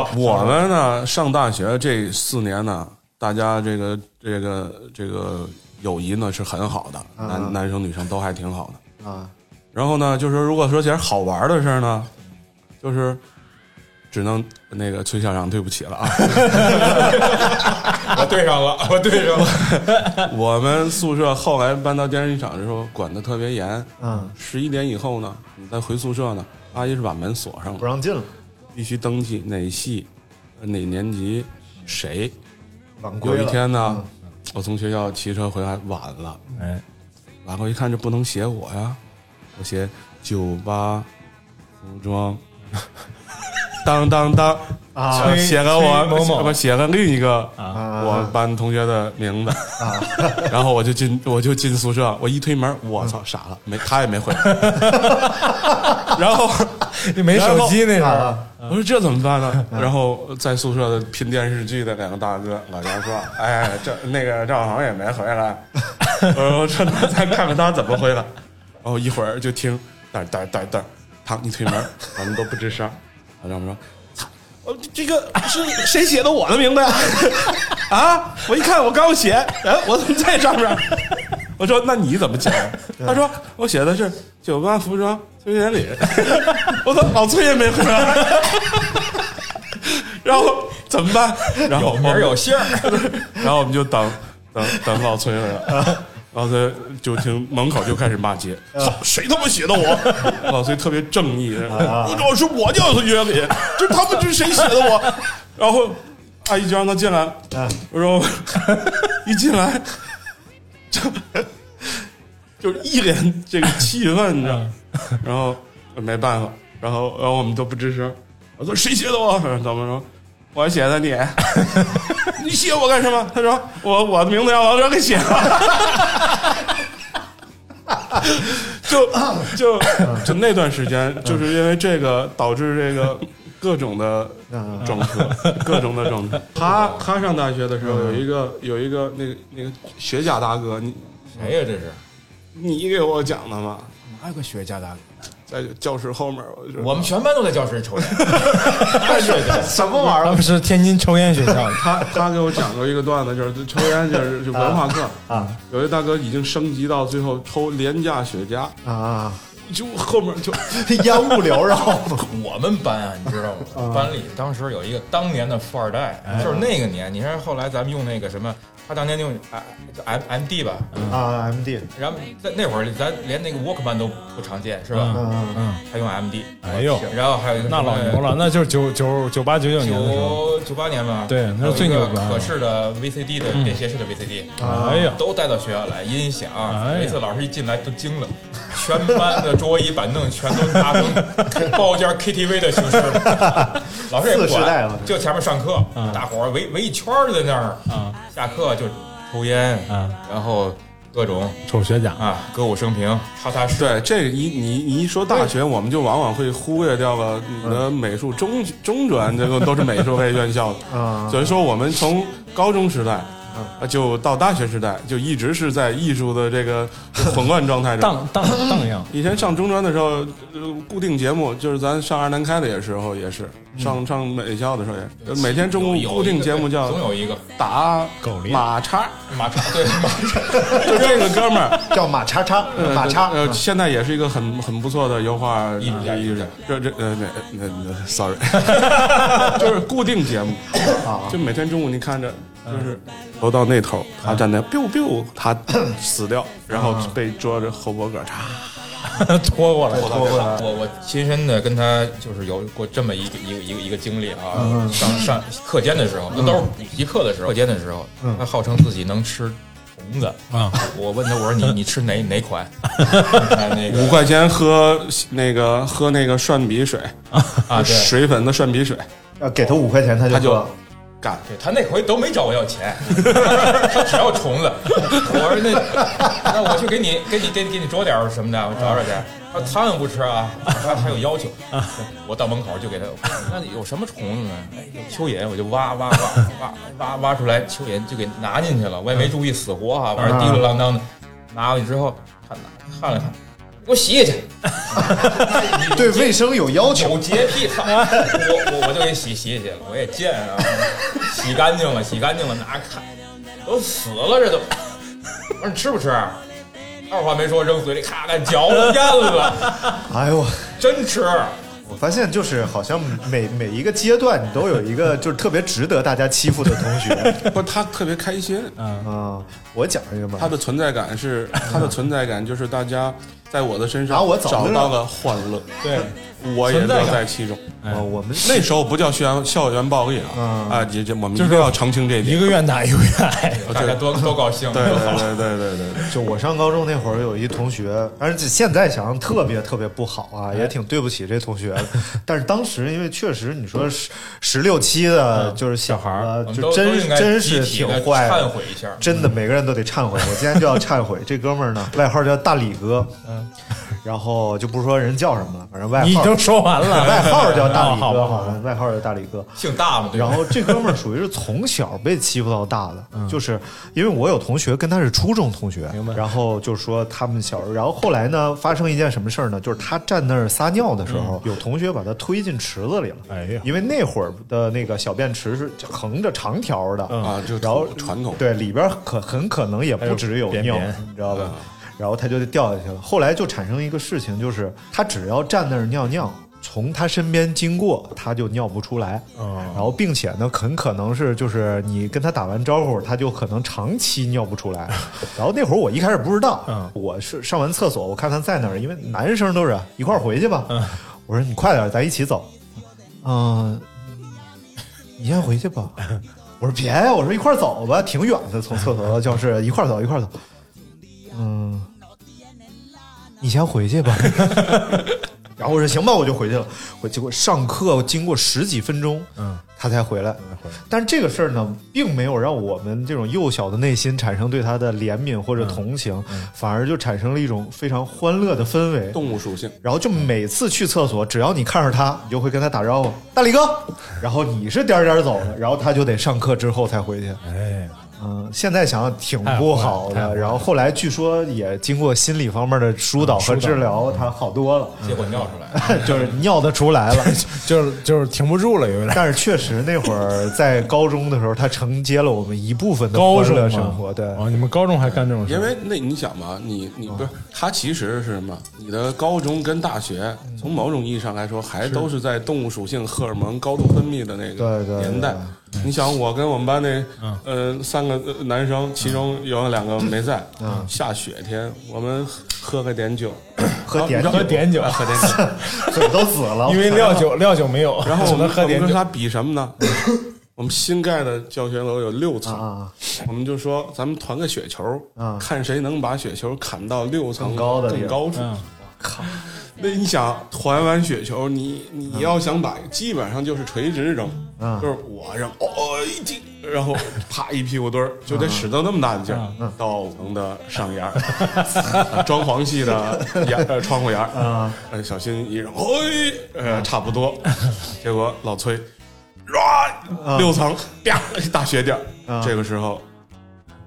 S5: 我们呢上大学这四年呢，大家这个这个这个友谊呢是很好的，
S3: 嗯
S5: 男男生女生都还挺好的。
S3: 啊，
S5: 然后呢，就是如果说点好玩的事儿呢，就是只能那个崔校长，对不起了啊。
S4: 我对上 了，我对上了。
S5: 我们宿舍后来搬到电视剧场的时候，管得特别严。
S3: 嗯，
S5: 十一点以后呢，你再回宿舍呢，阿姨是把门锁上了，不
S3: 让进了，
S5: 必须登记哪系、呃哪年级、谁。
S3: 晚归
S5: 有
S3: 了嗯
S5: 一天呢，我从学校骑车回来晚了，
S2: 哎，
S5: 然后一看这不能写我呀，我写酒吧服装， 当当当
S3: 啊
S5: 想写个我
S3: 崔某某
S5: 不写个另一个
S3: 啊
S5: 我班同学的名字啊， 然后我就进我就进宿舍，我一推门，我
S3: 嗯
S5: 操傻了，没他也没 回，然后
S2: 就没手机那时
S5: 然后
S2: 候。
S5: 嗯我说这怎么办呢？然后在宿舍的拼电视剧的两个大哥老杨说：“哎，这那个赵航也没回来。”我说：“这咱看看他怎么回来。”然后一会儿就听噔噔噔噔，他一推门， 我们都不吱声。然后我们说：“操，我这个是谁写的我的名字呀？ 啊！我一看我刚写，哎，我怎么在上面？我说那你怎么写的？他说我写的是酒吧服装崔元礼。我说老崔也没回来，然后怎么办？然
S4: 有
S5: 后
S4: 名儿有姓儿，
S5: 然后我们就等等等老崔回来。老崔就听门口就开始骂街，
S4: 嗯
S5: 操谁他妈写 的我？老崔特别正义，
S4: 啊
S5: 我说是我叫崔元礼，这他们这是谁写的我？ 然后阿姨就让他进来，
S4: 嗯
S5: 我 说一进来就就是一脸这个气愤，你知道吗？然后呃没办法，然后然后我们都不吱声。我说谁写的我？怎么说？我写的 你，你写我干什么？他说我我的名字让王哲给写了。 就就就那段时间，就是因为这个导致这个各种的撞车， 各种的撞车。嗯他他上大学的时候有一个有一个那个那个学甲大哥，你
S4: 谁呀？这是
S5: 你给我讲的嘛，
S4: 哪有个学家大哥？
S5: 在教室后面，我就
S4: 我们全班都在教室里抽 烟，哪有学家大哥
S3: 什么玩意
S2: 他
S3: 儿？
S2: 们是天津抽烟学校的，
S5: 他他给我讲过一个段子，就是抽烟就是就文化课啊，有一大哥已经升级到最后抽廉价雪茄，
S3: 啊，
S5: 就后面就
S3: 烟雾缭绕，
S4: 我们班啊，你知道吗？班里当时有一个当年的富二代，就是那个年，你看后来咱们用那个什么，他当年用 M M D 吧，
S3: 啊，MD，
S4: 然后在那会儿咱连那个 Walkman 都不常见，是吧？
S3: 嗯，
S2: 嗯，
S4: 他用 M D，
S2: 哎呦，
S4: 然后还有一个呃
S2: 那老牛了，那就是九九九八九九年的时候，
S4: 九九八年吧，
S2: 对那是最牛的嗯
S4: 还有一个可视的 VCD 的便携式的 VCD，
S2: 哎呀，
S4: 都带到学校来，音响。
S2: 哎呀
S4: 每次老师一进来都惊了，全班的桌椅板凳全都搭 成包间 KTV 的形式了。老师也不
S3: 次时代了
S4: 管，就前面上课，大伙儿围围一圈儿在那儿，
S2: 啊
S4: 下课就抽烟，
S2: 啊，
S4: 然后各种
S2: 抽学甲，
S4: 啊歌舞升平，踏踏实。
S5: 对这个一你你一说大学，我们就往往会忽略掉了你的美术中中专，这个都是美术类院校的， 所以说我们从高中时代。啊就到大学时代，就一直是在艺术的这个混乱状 态中。
S2: 荡荡荡漾，
S5: 以前上中专的时候，呃固定节目就是咱上二南开的时候也是，上上美校的时候也是，呃每天中午
S4: 有
S5: 固定节目叫
S4: 总有一个
S5: 打
S2: 狗链
S5: 马叉，
S4: 马超，对马超，
S5: 就这个哥们儿，
S3: 叫马叉叉，
S4: 嗯
S5: 呃
S3: 马叉，嗯
S5: 呃，现在也是一个很很不错的油画
S4: 艺术家
S5: 艺术家。这这呃，那那那，sorry，就是固定节目，就每天中午你看着，就是楼道那头他站在，biu biu，他死掉，然后被捉着后脖梗，嚓，
S2: 拖过来，
S4: 我我我亲身的跟他就是有过这么一个一个一个一个经历啊，上上课间的时候，那都是补习课的时候，课间的时候，他号称自己能吃虫子
S2: 啊，
S4: 我问他我说你你吃哪哪款？哎那
S5: 五
S4: 个
S5: 块钱喝那个喝那个涮笔水
S4: 啊对
S5: 水粉的涮笔水，
S3: 呃要给他五块钱，他
S5: 他
S3: 就
S5: 就
S3: 说
S5: 干。
S4: 对他那回都没找我要钱， 他只要虫子。我说那那我去给你给你给你给你捉点儿什么的，我找找去。他说苍蝇不吃啊，他他有要求。我到门口就给他，那你有什么虫子呢？哎，有蚯蚓，我就挖挖挖挖挖挖出来蚯蚓就给拿进去了，我也没注意死活哈、反正滴溜啷当的拿过去之后，他拿看了看，给我洗洗去。
S3: 对卫生有要 求，
S4: 有洁 癖，操！我我我就给洗洗洗了，我也贱啊，洗干净了，洗干净了，拿看，都死了这都，我说你吃不吃？二话没说扔嘴里，咔咔嚼了咽了，
S3: 哎呦，
S4: 真吃。
S3: 我发现就是好像每每一个阶段，你都有一个就是特别值得大家欺负的同学
S5: 不，他特别开心，
S3: 啊！我讲一个吧，
S5: 他的存在感是他的存在感，就是大家在我的身
S3: 啊
S5: 上
S3: 我早
S5: 找
S3: 知
S5: 到
S3: 道
S5: 了欢乐，
S2: 对，
S5: 我也
S2: 存在
S5: 乐
S2: 感
S5: 在其中。
S3: 啊我们
S5: 那时候不叫校园校园暴力啊
S3: 嗯
S5: 啊！这这我们一
S2: 就是
S5: 定要澄清这一
S2: 一
S5: 点。
S2: 个愿打一个愿挨。
S4: 大家多多高兴，
S5: 对
S4: 多
S5: 对
S4: 好。
S5: 对对对对对，
S3: 就我上高中那会儿，有一同学，而且现在想想特别特别不好啊，
S4: 哎
S3: 也挺对不起这同学 的。但是当时因为确实你说十十六七
S4: 嗯
S3: 的，就是小
S2: 孩儿
S3: 儿
S4: 我们
S3: 就
S4: 都都
S3: 真
S4: 应该
S3: 真
S4: 集
S3: 是
S4: 体
S3: 挺
S4: 地
S3: 坏的，
S4: 忏悔一下嗯
S3: 真的每个人都得忏悔。我今天就要忏悔，这哥们儿呢，外号叫大李哥，嗯，然后就不说人叫什么了，反正外
S2: 你已
S3: 号
S2: 经说完了，
S3: 外号叫
S4: 哦
S3: 大李
S2: 啊好
S3: 哥，
S2: 吧
S3: 好像外号叫大李哥。
S4: 姓大嘛，对吧
S3: 然后这哥们儿属于是从小被欺负到大的，就是因为我有同学跟他是初中同学，然后就说他们小，然后后来呢发生一件什么事儿呢？就是他站那儿撒尿的时候，有同学把他推进池子里了。
S2: 哎呀
S3: 因为那会儿的那个小便池是横着长条的
S5: 啊就
S3: 然后
S5: 传统
S3: 对里边可很可能也不只有
S2: 还有
S3: 尿
S2: 便便，
S3: 你知道吧？然后他就掉下去了。后来就产生一个事情，就是他只要站那儿尿尿，从他身边经过，他就尿不出来。然后并且呢，很可能是就是你跟他打完招呼，他就可能长期尿不出来。然后那会儿我一开始不知道，我是上完厕所，我看他在那儿，因为男生都是一块儿回去吧。我说你快点儿，咱一起走。嗯、你先回去吧。我说别呀，我说一块儿走吧，挺远的，从厕所到教室一块儿走一块儿走。嗯，你先回去吧。 然后我说行吧，我就回去了。我结果上课经过十几分钟，嗯，他才回来。但是这个事儿呢，并没有让我们这种幼小的内心产生对他的怜悯或者同情，反而就产生了一种非常欢乐的氛围。
S5: 动物属性
S3: 然后就每次去厕所，只要你看着他，你就会跟他打招呼“大李哥”，然后你是颠儿颠儿走的，然后他就得上课之后才回去。
S2: 哎，
S3: 嗯，现在想想挺不好
S2: 太坏了太坏
S3: 的。
S2: 了
S3: 然后后来据说也经过心理方面的疏导和治疗，他好多了，
S4: 结果尿出来，
S3: 就是尿得出来了。
S2: 嗯 就是就是停不住了，有点。
S3: 但是确实那会儿在高中的时候，他承接了我们一部分的
S2: 高
S3: 欢
S2: 中
S3: 乐
S2: 嘛
S3: 生活。对，
S2: 哦，你们高中还干这种事？
S5: 因为那你想嘛，你你
S3: 哦
S5: 不是他其实是什么？你的高中跟大学，从某种意义上来说，还都是在动物属性荷尔蒙高度分泌的那个
S3: 对对对嗯
S5: 年代。你想，我跟我们班那呃三个呃男生，其中有两个没在，
S3: 嗯
S5: 下雪天我们喝个点酒，
S3: 喝点酒
S2: 哦喝点酒，
S5: 喝点酒，
S3: 嘴都紫了，
S2: 因为料酒料酒没有，
S5: 然后我
S2: 只能
S5: 们
S2: 喝
S5: 我们
S2: 点
S5: 跟
S2: 酒。
S5: 他比什么呢？我们新盖的教学楼有六 层，
S3: 啊，
S5: 我们就说咱们团个雪球，
S3: 啊
S5: 看谁能把雪球砍到六层
S3: 更高的地
S5: 更
S3: 儿
S5: 高处。
S2: 嗯
S5: 那你想团完雪球，你你要想摆，基本上就是垂直扔，
S3: 啊
S5: 就是我扔，哦一踢，然后啪一屁股墩儿，就得使到那么大的劲儿，
S3: 嗯
S5: 到五层的上沿儿， 装潢系的沿呃窗户沿儿，
S3: 啊
S5: 呃小心一扔，哎，呃差不多，
S3: 嗯
S5: 结果老崔，唰六层，啪一大雪点儿
S3: 啊，
S5: 这个时候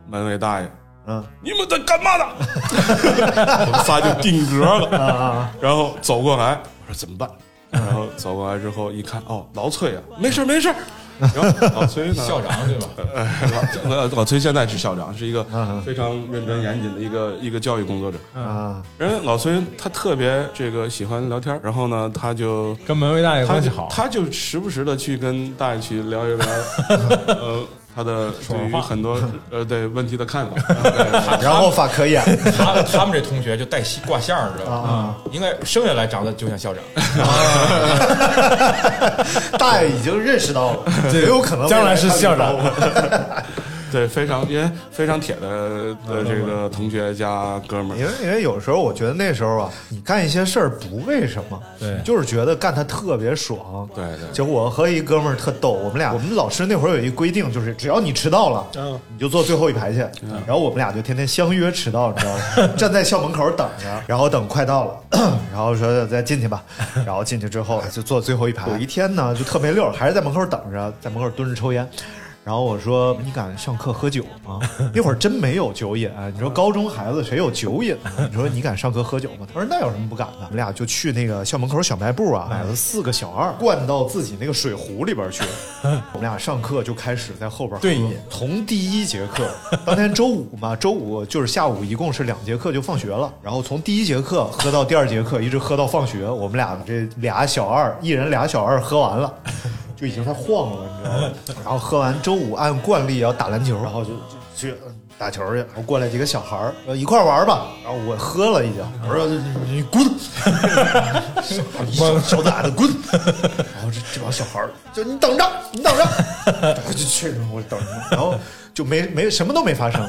S5: 门卫大爷。
S3: 嗯
S5: 你们在干嘛呢？ 我们仨就定格了，然后走过来，我说怎么办？然后走过来之后一看，哦，老崔啊，没事儿没事儿。然后老崔呢？
S4: 校长对吧？
S5: 呃，老老老崔现在是校长，是一个
S3: 嗯
S5: 非常认真严谨的一个一个教育工作者。
S3: 啊，
S5: 人家老崔他特别这个喜欢聊天儿，然后呢，他就
S2: 跟门卫大爷
S5: 他
S2: 关系
S5: 就
S2: 好，
S5: 他就时不时的去跟大爷去聊一聊，呃，他的
S2: 说
S5: 对于
S2: 话
S5: 很多呃对问题的看法。呃
S3: 然后法可眼
S4: 他们他们这同学就带戏挂相儿知道
S5: 啊
S4: 吧？应该生下来长得就像 校长，
S3: 大爷已经认识到了，也有可能
S2: 将来是校长。
S5: 对，非常因为非常铁的的
S4: 啊
S5: 这个同学加哥们
S3: 因为
S5: 儿，
S3: 因为有时候我觉得那时候啊，你干一些事儿不为什么，
S5: 对
S3: 你就是觉得干它特别爽。
S5: 对对
S3: 结果我和一哥们儿特逗，我们俩我们老师那会儿有一规定，就是只要你迟到了，你就坐最后一排去。然后我们俩就天天相约迟到，你知道吗？ 站在校门口等着，然后等快到了， 然后说再进去吧。然后进去之后就坐最后一排。有一天呢，就特没溜儿，还是在门口等着，在门口蹲着抽烟。然后我说：“你敢上课喝酒吗？” 那会儿真没有酒瘾，啊你说高中孩子谁有酒瘾呢？你说你敢上课喝酒吗？他说：“那有什么不敢的？”我们俩就去那个校门口小卖部 啊，买了四个小二，灌到自己那个水壶里边去。 我们俩上课就开始在后边喝
S4: 对饮
S3: 从第一节课， 当天周五嘛，周五就是下午，一共是两节课就放学了。然后从第一节课喝到第二节课，一直喝到放学。我们俩这俩小二，一人俩小二喝完 了，就已经在晃了，你知道吗？然后喝完，周五按惯例要打篮球，然后就就去打球去。然后过来几个小孩儿，呃一块儿玩吧。然后我喝了已经，我说你你滚， 手手打的滚。然后这这帮小孩儿就你等着，你等着，我就去，我等着，然后就没没什么都没发生。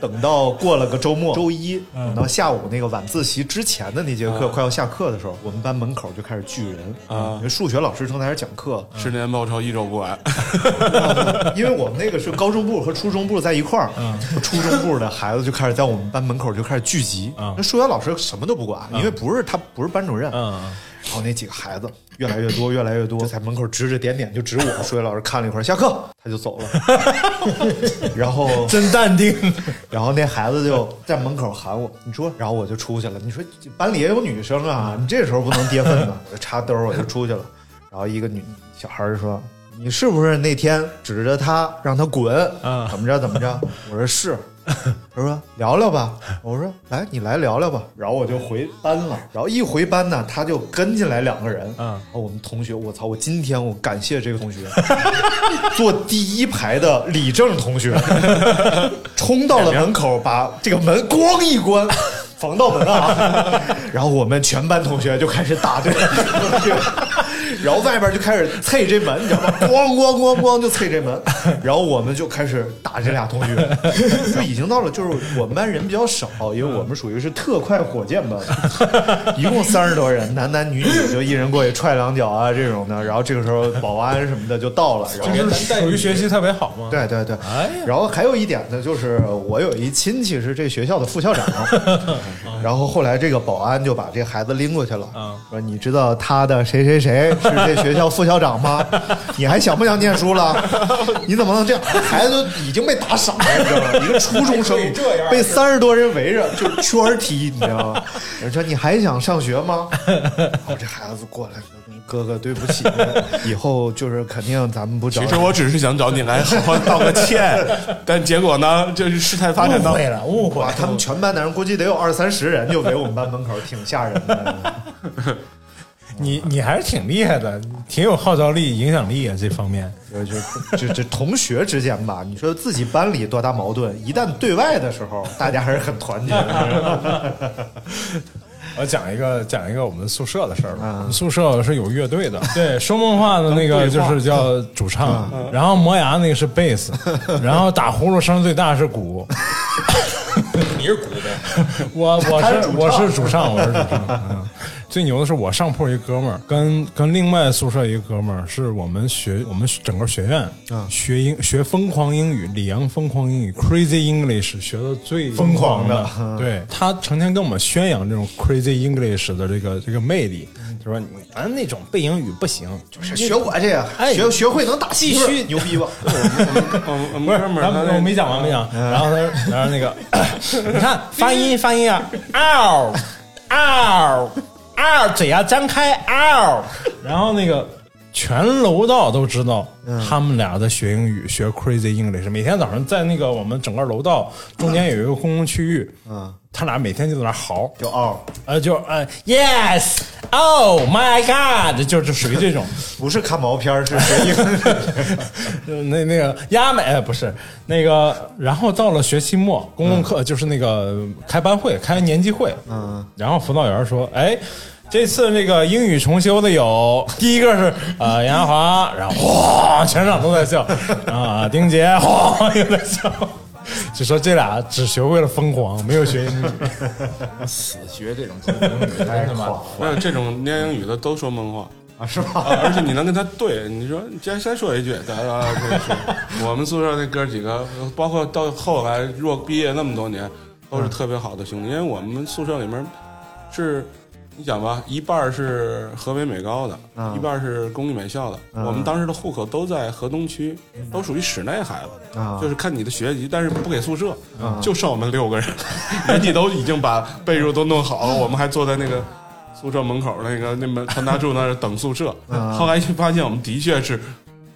S3: 等到过了个周末，周一，嗯等到下午那个晚自习之前的那节课
S5: 啊
S3: 快要下课的时候，我们班门口就开始聚人
S5: 啊
S3: 因为数学老师正在那儿讲课，
S5: 十年报仇一周不
S4: 啊
S5: 晚，
S3: 因为我们那个是高中部和初中部在一块儿，初中部的孩子就开始在我们班门口就开始聚集。那数学老师什么都不管，因为不是他不是班主任。然后那几个孩子越来越多，越来越多，在门口指指点点，就指我。数学老师看了一会儿，下课，他就走了。然后
S4: 真淡 定。
S3: 然后那孩子就在门口喊我，你说，然后我就出去了。你说班里也有女生啊，你这时候不能跌份子。我就插兜儿我就出去了。然后一个女小孩儿就说：“你是不是那天指着他让他滚？怎么着怎么着？”我说是。他说聊聊吧，我说来你来聊聊吧，然后我就回班了，然后一回班呢，他就跟进来两个人，嗯，我们同学，我操，我今天我感谢这个同学， 坐第一排的李正同 学，冲到了门口，把这个门咣一关， 防盗门 啊，然后我们全班同学就开始打这个，然后外边就开始啐这门，你知道吗？咣咣咣咣就啐这门，然后我们就开始打这俩同学， 就已经到了就是我们班人比较少，因为我们属于是特快火箭班，一共三十多人，男男女女就一人过去踹两脚啊这种的，然后这个时候保安什么的就到了，然后
S4: 就是属于学习特别好嘛。
S3: 对对对，
S5: 哎
S3: 然后还有一点呢，就是我有一亲戚是这学校的副校 长，然后后来这个保安就把这孩子拎过去
S5: 嗯
S3: 了，说你知道他的谁谁谁是这学校副校长吗？ 你还想不想念书了？ 你怎么能这样？孩子都已经被打傻了，你知道吗？一个初中生
S7: 可以这样
S3: 被三十多人围着就圈儿踢，你知道吗？人说你还想上学吗？ 然后这孩子过来说。哥哥，对不起，以后就是肯定咱们不找
S5: 其
S3: 你。
S5: 实我只是想找你来好好道个 歉，但结果呢，就是事态发展到
S4: 会了，误会
S3: 哇，啊他们全班男人估计得有二三十人，就围我们班门口，挺吓人的。
S4: 你你还是挺厉害的，挺有号召力、影响力啊这方面。
S3: 就就就就同学之间吧，你说自己班里多大矛盾，一旦对外的时候，大家还是很团结的。
S4: 我呃讲一个讲一个我们宿舍的事儿吧。
S3: 啊
S4: 我们宿舍是有乐队的，对，说梦话的那个就是叫主
S3: 啊
S4: 唱，然后磨牙那个是贝斯，然后打呼噜声最大是 鼓。
S8: 你是鼓呗？
S4: 我我
S3: 他是
S4: 是
S3: 主唱
S4: 我是主唱，我是主唱。嗯最牛的是我上铺一哥们儿，跟跟另外宿舍一哥们儿，是我们学我们整个学院
S3: 啊
S4: 学英学疯狂英语，李阳疯狂英语 Crazy English 学的最
S3: 疯狂的嗯
S4: 对他成天跟我们宣扬这种 Crazy English 的这个这个魅力，就说你咱那种背英语不行，就是
S3: 学我这个，
S4: 哎
S3: 学学会能打
S4: 必
S3: 西
S4: 须
S3: 牛逼吧？
S5: 我
S4: 不
S5: 我们
S4: 是，
S5: 嗯哥们儿
S4: 咱
S5: 他
S4: 们我
S5: 那
S4: 没讲完，没讲。然后他说，然后那个，你看发音发音啊，嗷嗷嗷，嘴要张开嗷。然后那个全楼道都知道他们俩在学英语，学 Crazy English。每天早上在那个我们整个楼道中间有一个公共区域，嗯，他俩每天就在那嚎，
S3: 就傲，
S4: 呃，就呃，Yes，Oh my God，就就属于 这种。
S3: 不是看毛片儿，是学英语。
S4: 呃那那个亚美呃不是那个，然后到了学期末，公共课、就是那个开班会、开年级会，嗯，然后辅导员说，哎，
S2: 这次那个英语重修的有，第一个是呃杨亚华，然后哗，全场都在笑啊，丁杰哗又在笑，就说这俩只学会了疯狂，没有学英语。
S4: 死学这种东西，
S3: 哎
S4: 真他妈
S5: 没有这种念英语的都说梦话
S3: 啊，是吧
S5: 而且你能跟他对，你说你先先说一句，哒哒哒跟你 说我们宿舍那哥几个，包括到后来若毕业那么多年，都是特别好的兄弟，因为我们宿舍里面是。你想吧，一半儿是河北美高的，
S3: 嗯
S5: 一半儿是公立美校的。
S3: 嗯
S5: 我们当时的户口都在河东区，都属于室内孩子，
S3: 啊
S5: 就是看你的学籍，但是不给宿舍，
S3: 嗯
S5: 就剩我们六个人， 人家都已经把被褥都弄好了，我们还坐在那个宿舍门口那个那门传达处那儿等宿舍。
S3: 嗯
S5: 后来一发现我们的确是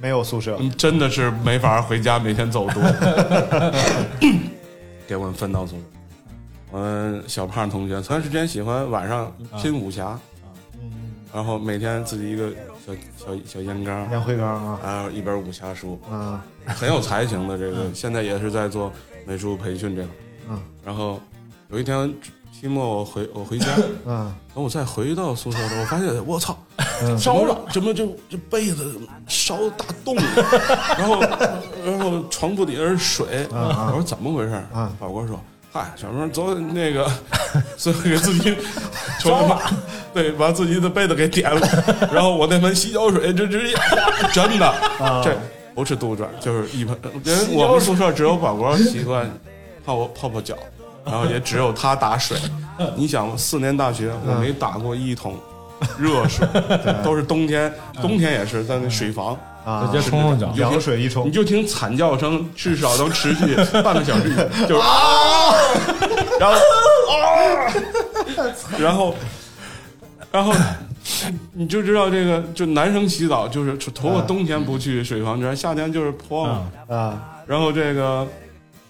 S3: 没有宿舍，
S5: 嗯真的是没法回家，每天走 读，给我们分到宿舍。我们小胖同学前段时间喜欢晚上
S3: 嗯
S5: 拼武侠，然后每天自己一个小小小烟缸，
S3: 烟灰缸啊，
S5: 然后一本武侠书，
S3: 啊，
S5: 很有才情的这个， 现在也是在做美术培训这个。
S3: 嗯，
S5: 然后有一天期末我回我 回家，
S3: 嗯，
S5: 等我再回到宿舍的时候，我发现我操，烧了，怎么这这被子烧大洞了？然后然后床铺底下是水，我说怎么回事？
S3: 嗯
S5: 宝哥说。嗨，小明，昨晚那个，所以给自己装了，对，把自己的被子给点了，然后我那盆洗脚水就直接，真的，这不是杜撰，就是一盆，因为我们宿舍只有宝宝习惯泡泡泡脚，然后也只有他打水。你想，四年大学我没打过一桶热水，都是冬天，冬天也是在那水房。
S3: 啊
S2: 直接冲上脚
S5: 你就
S3: 凉
S5: 听
S3: 水一
S5: 你
S3: 冲，
S5: 就听惨叫声，至少能持续半个小时，就是啊，然后啊， 然后，然后。你就知道这个，就男生洗澡就是除了冬天不去水房之外，夏天就是泼嘛。
S3: 啊
S5: 然后这个，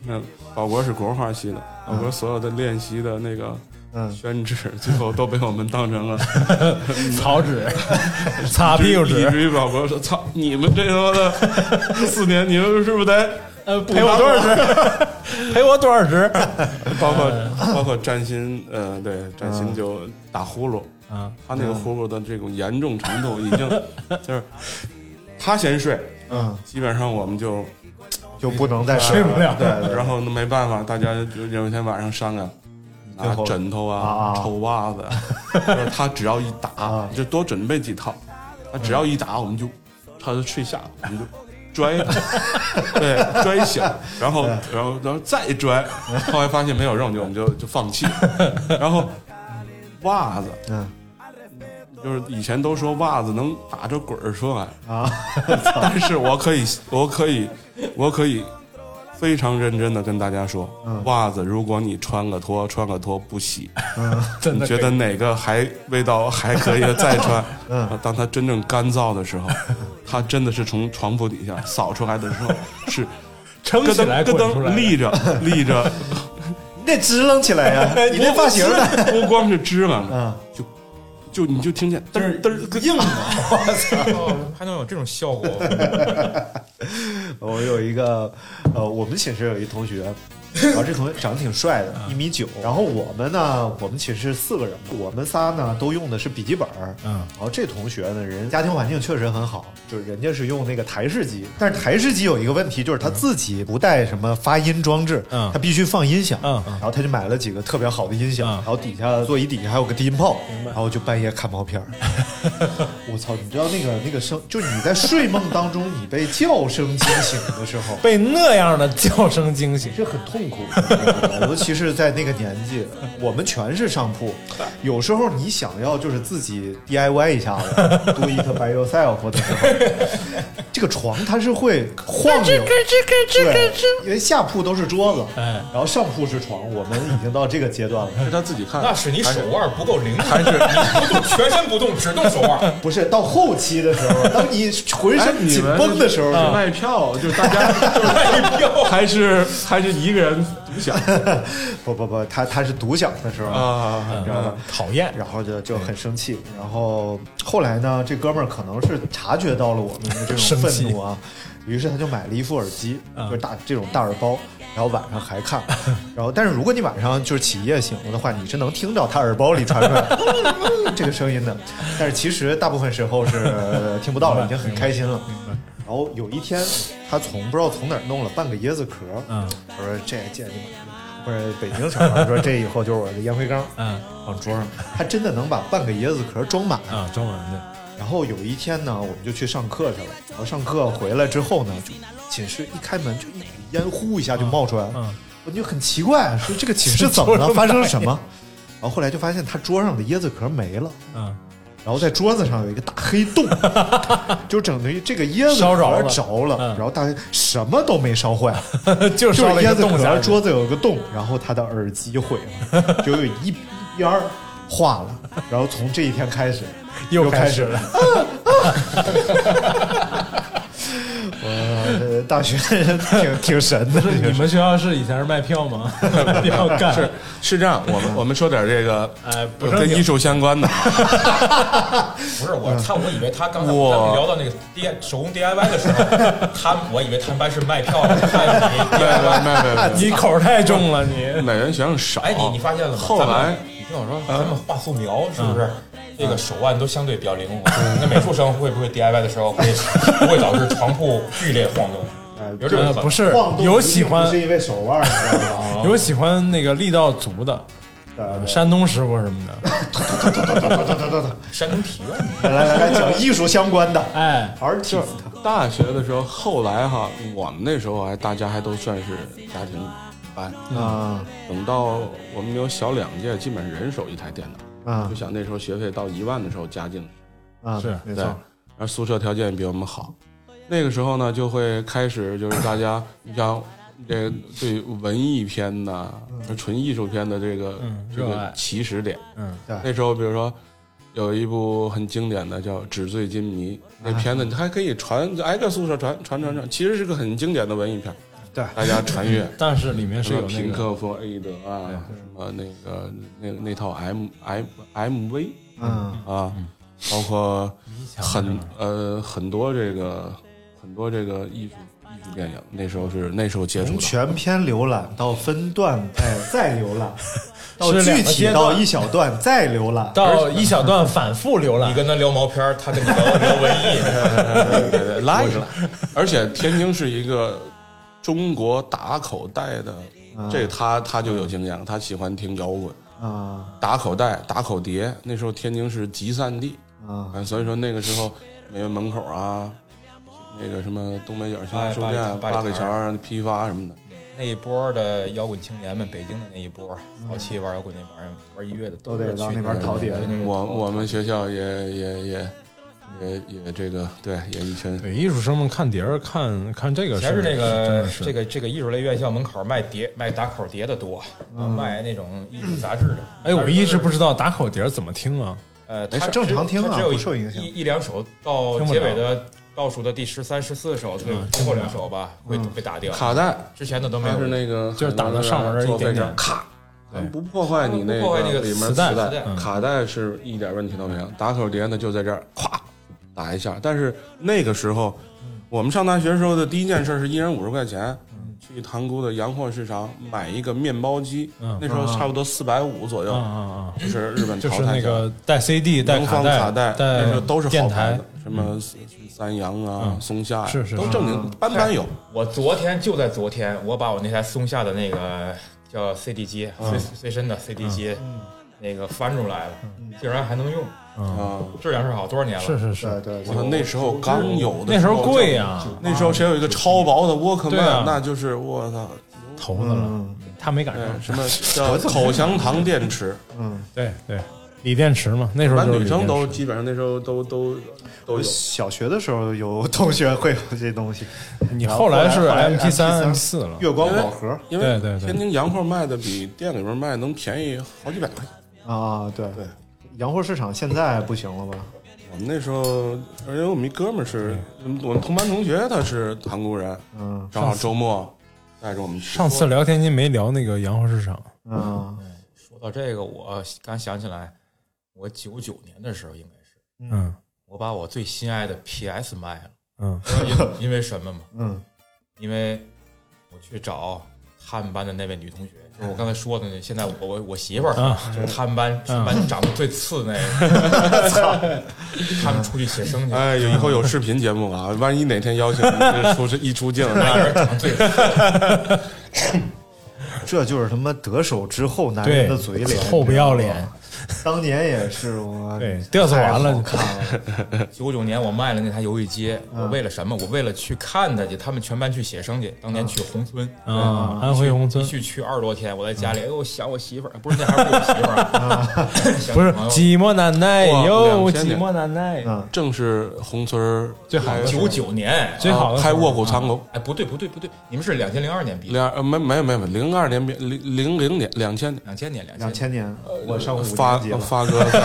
S5: 嗯，保国是国画系的，保国所有的练习的那个
S3: 嗯
S5: 宣纸，最后都被我们当成了
S2: 草纸，擦屁股
S5: 以
S2: 纸，
S5: 至于保国说：“操，你们这他妈的四年，你们是不是得
S2: 呃， 赔我多少只？赔我多少只？
S5: 包括包括占星，呃，对，占星就打呼噜，
S2: 嗯，
S5: 他那个呼噜的这种严重程度已经就是他先睡，
S3: 嗯，
S5: 基本上我们就
S3: 就不能再
S2: 睡不了
S3: 对对，
S5: 然后那没办法，大家就有一天晚上商量，
S3: 最
S5: 拿
S3: 后
S5: 枕头
S3: 啊
S5: 啊
S3: 啊、
S5: 臭 袜子啊，就是他只要一打
S3: 啊，嗯
S5: 就多准备几套，他只要一打，我们就他就睡下，我们就。 拽， 对，拽醒，然后，
S3: 嗯
S5: 然后，然后再拽，后来发现没有用，就我们就就放弃了。然后袜子，
S3: 嗯
S5: 就是以前都说袜子能打着滚儿出来，
S3: 啊，
S5: 但是我可以，我可以，我可以非常认真的跟大家说，
S3: 嗯
S5: 袜子如果你穿了脱，穿了脱不洗，
S2: 真
S3: 嗯
S5: 你
S2: 的
S5: 觉得哪个还味道还可以的再 穿，
S3: 嗯
S5: 啊当它真正干燥的时候，它真的是从床铺底下扫出来的时候是
S2: 撑
S5: 咯
S2: 起来
S5: 噔
S2: 滚
S5: 咯
S2: 出来
S5: 噔
S2: 的，
S5: 立着立着，
S3: 你得支棱起来呀，
S2: 哎
S3: 你这发型呢？
S5: 不光是支棱，
S3: 嗯
S5: 就就你就 听见嘚儿嘚儿硬
S4: 哦还能有这种效果？
S3: 我有一个，呃，我们寝室有一同学，然后这同学长得挺帅的，
S2: 嗯
S3: 一米九。然后我们呢，我们寝室四个人，我们仨呢都用的是笔记本儿。
S2: 嗯
S3: 然后这同学呢，人家庭环境确实很好，就是人家是用那个台式机，但是台式机有一个问题，就是他自己不带什么发音装置，
S2: 嗯
S3: 他必须放音响，
S2: 嗯嗯
S3: 然后他就买了几个特别好的音响，
S2: 嗯
S3: 然后底下座椅底下还有个低音炮，然后就半夜看毛 片儿。我操！你知道那个那个声，就是你在睡梦当中，你被叫声惊醒的时候，
S2: 被那样的叫声惊醒，
S3: 是很痛苦，尤其是在那个年纪，我们全是上铺，有时候你想要就是自己 DIY 一下子，do it by yourself 的时候，这个床它是会晃悠，对，因为下铺都是桌子，
S2: 哎
S3: 然后上铺是床，我们已经到这个阶段了。
S5: 是他自己看，
S4: 那是你
S5: 还
S4: 手腕不够灵敏，还是你不动全身不动，只动手腕？
S3: 不是到后期的时候，当你浑
S5: 哎
S3: 身
S5: 你
S3: 紧
S5: 们啊
S3: 绷的时候，
S5: 是卖票，就是 大家就是卖票，还是还是一个人独享
S3: 不不不，他他是独享的时候，
S5: 啊？
S3: 知道吧
S2: 嗯讨厌。
S3: 然后就就很生气。然后后来呢，这哥们儿可能是察觉到了我们的这种
S2: 生气
S3: 愤怒啊，于是他就买了一副耳机，
S2: 嗯
S3: 就是大这种大耳包，然后晚上还 看，然后但是如果你晚上就是起夜醒了的话，你是能听到他耳包里传出来嗯 嗯这个声音的，但是其实大部分时候是 呃听不到了，已经很开心了。然后有一天，他从不知道从哪儿弄了半个椰子壳，嗯，我说这见你妈，或者北京啥玩意儿，说这以后就是我的烟灰缸，嗯，放 桌上，他真的能把半个椰子壳装满，啊，装满对。然后有一天呢，我们就去上课去了，然后上课回来之后呢，就寝室一开门就一股烟呼一下就冒出来了，我就很奇怪，啊说这个寝室怎么
S2: 这
S3: 了，
S2: 么大
S3: 发生了什么？然后后来就发现他桌上的椰子壳没了，嗯。然后在桌子上有一个大黑洞， 就整的这个椰子
S2: 烧着
S3: 壳
S2: 了
S3: 着了，然后大家什么都没烧坏，就
S2: 烧了一
S3: 椰
S2: 个
S3: 子
S2: 洞下
S3: 壳，
S2: 去
S3: 桌子有个洞，然后他的耳机毁了， 就有一边儿化了，然后从这一天开始
S2: 又
S3: 开
S2: 开始 了
S3: 了。我这大学挺挺神 的，
S2: 你们学校是以前是卖票 吗？卖票干
S5: 是是这样，我们我们说点这个
S2: 哎不正
S5: 跟
S2: 经
S5: 艺术相关 的，
S4: 不是我，他我以为他刚才
S5: 哇
S4: 咱们聊到那个 D 手工 DIY 的时候，他我以为他们班是卖票的，卖你
S5: 没有没有没有没有没有
S2: 你口儿太重了，你
S5: 哪人学生少？
S4: 哎，你你发现了吗？
S5: 后
S4: 咱
S5: 来啊嗯
S4: 们你听我说，咱们画素描是不是？这个手腕都相对比较灵活。那美术生会不会 DIY 的时候会不会导致床铺剧烈晃动？有这种可能
S2: 不是
S3: 呃晃动
S2: 有喜欢
S3: 不是因为手腕儿，你知道 吗？
S2: 有喜欢那个力道足的，山东师傅什么的，
S4: 山东体院
S3: 来来来，讲艺术相关 的
S2: 哎，
S3: ，artist，
S5: 大学的时候，后来哈，我们那时候还啊大家还都算是家庭班
S3: 啊
S5: 等到我们有小两届，基本上人手一台电脑。
S3: 啊
S5: 就想那时候学费到一万的时候加进来，
S3: 啊，
S2: 是
S3: 没错，
S5: 对，然后宿舍条件比我们好。那个时候呢，就会开始就是大家， 你像这对文艺片呐、纯艺术片的这个、
S2: 嗯
S5: 这
S2: 热
S5: 个
S2: 爱
S5: 起始点。
S2: 嗯，
S5: 那时候比如说有一部很经典的叫《纸醉金迷》，
S2: 啊
S5: 那片子你还可以传挨个宿舍传传传传，其实是个很经典的文艺片。
S3: 对
S5: 大家传 阅。
S2: 但是里面是
S5: 什么
S2: 有那
S5: 平
S2: 个
S5: 克·弗洛伊德啊，什么那个那那套 M M M V
S3: 嗯
S5: 啊，包括
S2: 墙
S5: 很呃很多这个很多这个艺术艺术电影，那时候是那时候接触
S3: 从
S5: 的。
S3: 全篇浏览到分段，哎，再浏览，到
S2: 是两
S3: 具
S2: 个
S3: 体
S2: 阶
S3: 到
S2: 段
S3: 一小段再浏览，
S2: 到一小段反复浏
S4: 你
S2: 览，
S4: 跟他聊毛片儿，他跟你聊聊文艺，
S5: 对对对，拉一拉。而且天津是一个中国打口袋的，
S4: 嗯
S5: 这他他就有经验了，他喜欢听摇滚。
S3: 啊
S5: 打口袋、打口碟，那时候天津是集散地，
S3: 啊
S5: 啊，所以说那个时候美院门口啊，那个什么东北角新华
S4: 哎
S5: 书
S4: 八里
S5: 店、
S4: 桥八里
S5: 八里
S4: 桥
S5: 桥儿批发什么的，
S4: 那一波的摇滚青年们，北京的那一波，早期玩摇滚那帮人，玩音乐的
S3: 嗯都得
S4: 是
S3: 到
S4: 去
S3: 那边淘碟
S4: 对那边
S5: 我
S4: 淘
S5: 我们学校也也也也也这个对也一群
S2: 对艺术生们看碟儿看看这个是，
S4: 以前是这
S2: 真
S4: 个
S2: 的是
S4: 这个这个艺术类院校门口卖碟卖打口碟的多，
S3: 嗯
S4: 卖那种艺术杂志的。
S2: 哎，我一直不知道打口碟儿怎么听啊，
S4: 呃，
S3: 没事
S4: 它
S3: 正常听啊
S4: 它只有
S3: 不受影响
S4: 一一两首到
S2: 听不
S4: 结
S2: 了嗯
S4: 尾的倒数的第十三、十四首，最最后两首吧，
S3: 嗯
S4: 会被打掉。
S5: 卡带，
S4: 之前的都没
S5: 它
S4: 有。
S5: 是那个
S2: 就是打到上面儿一
S5: 坐飞
S2: 点
S5: 机
S2: 点
S5: 咔，不破坏你那
S4: 不破坏那
S5: 个
S4: 个
S5: 里面
S4: 磁带磁带
S2: 嗯
S5: 带，卡带是一点问题都没有，打口碟呢就在这儿咵打一下，但是那个时候。
S2: 嗯
S5: 我们上大学时候的第一件事是一人五十块钱，去塘沽的洋货市场买一个面包机，那时候差不多四百五左右，
S2: 啊嗯啊啊，
S5: 就是日本
S2: 就
S5: 淘
S2: 是
S5: 汰
S2: 那
S5: 下来
S2: 个带 CD 带
S5: 能放卡
S2: 带带
S5: 那时候都是
S2: 电
S5: 好牌
S2: 台
S5: 子，，什么三洋啊、
S2: 嗯
S5: 松下呀，
S2: 是是
S5: 都
S2: 是
S5: 正经班班有。
S4: 我昨天就在昨天，我把我那台松下的那个叫 CD 机
S2: 嗯
S4: 随随身的 CD 机，那个翻出来了，竟然还能用，
S5: 啊！
S4: 质量是好多少年了？
S2: 嗯
S3: 对
S2: 是是是，
S3: 对
S5: 我
S3: 对，
S5: 操，那时候刚有的，
S2: 那时候贵，啊呀，
S5: 那时候谁有一个超薄的沃克
S2: 对啊
S5: 曼，那就是我操，
S2: 头子了，
S3: 嗯
S2: 嗯他没赶
S5: 哎
S2: 上，
S5: 什么 叫口香糖电池？
S2: 对对，锂电池嘛，那时候
S5: 咱
S2: 就是
S5: 女生
S2: 锂电
S5: 都
S2: 池
S5: 基本上那时候都都都
S3: 我
S5: 有。
S3: 小学的时候有同学会有这东 西，
S2: 你
S3: 然
S2: 后来是
S3: 后来
S2: MP 三、
S3: MP3
S2: MP 四了，
S3: 月光宝盒
S5: 因为
S2: 对对对
S5: 天津洋货卖的比店里边卖能便宜好几百块钱。
S3: 啊，对对，洋货市场现在不行了吧？
S5: 我们那时候，而且我们一哥们儿是，我们同班同学，他是塘沽人，
S3: 嗯
S5: 正好周末带着我们去。
S2: 上次聊天津没聊那个洋货市场，
S3: 嗯
S4: 说到这个，我刚想起来，我九九年的时候应该是
S2: 嗯
S4: 我把我最心爱的 PS 卖了，
S2: 嗯
S4: 因为因为什么嘛？
S3: 嗯
S4: 因为我去找他们班的那位女同学，就是我刚才说的那，现在我我我媳妇儿
S2: 啊，
S4: 就是他们班他
S2: 嗯
S4: 们班长得最次那个，操 他们出去写生去，
S5: 哎呦，以后有视频节目啊，万一哪天邀请你这出一出 镜，
S3: 这就是他妈得手之后男人的嘴脸，
S2: 对臭不要脸
S3: 你知道吗。当年也是
S4: 啊
S3: 我，
S2: 对嘚瑟完了
S3: 太好看了。
S4: 九九年我卖了那台游戏机，我为了什么？我为了去看他去，他们全班去写生去。当年去宏村
S2: 啊安徽宏村嗯
S4: 去去二十多天，我在家里，哎呦，我想我媳妇儿，不是那还不是我媳妇儿 啊， 想
S2: 不是
S4: 朋友
S2: 寂寞难耐
S5: 哇
S2: 哟，
S5: 2000
S2: 寂
S5: 年
S2: 寞难耐。
S4: 嗯
S5: 正是红村儿
S2: 最好的时候
S4: 九九年啊
S2: 最好的时
S5: 啊开
S2: 候啊
S5: 卧虎藏龙，
S4: 哎，不对不对不对，你们是两千零二年毕业，
S5: 两呃没没有没有零二年零零零年两千年，
S4: 两千年两
S3: 两千年，我上五
S5: 发
S3: 年级了。
S5: 发哥在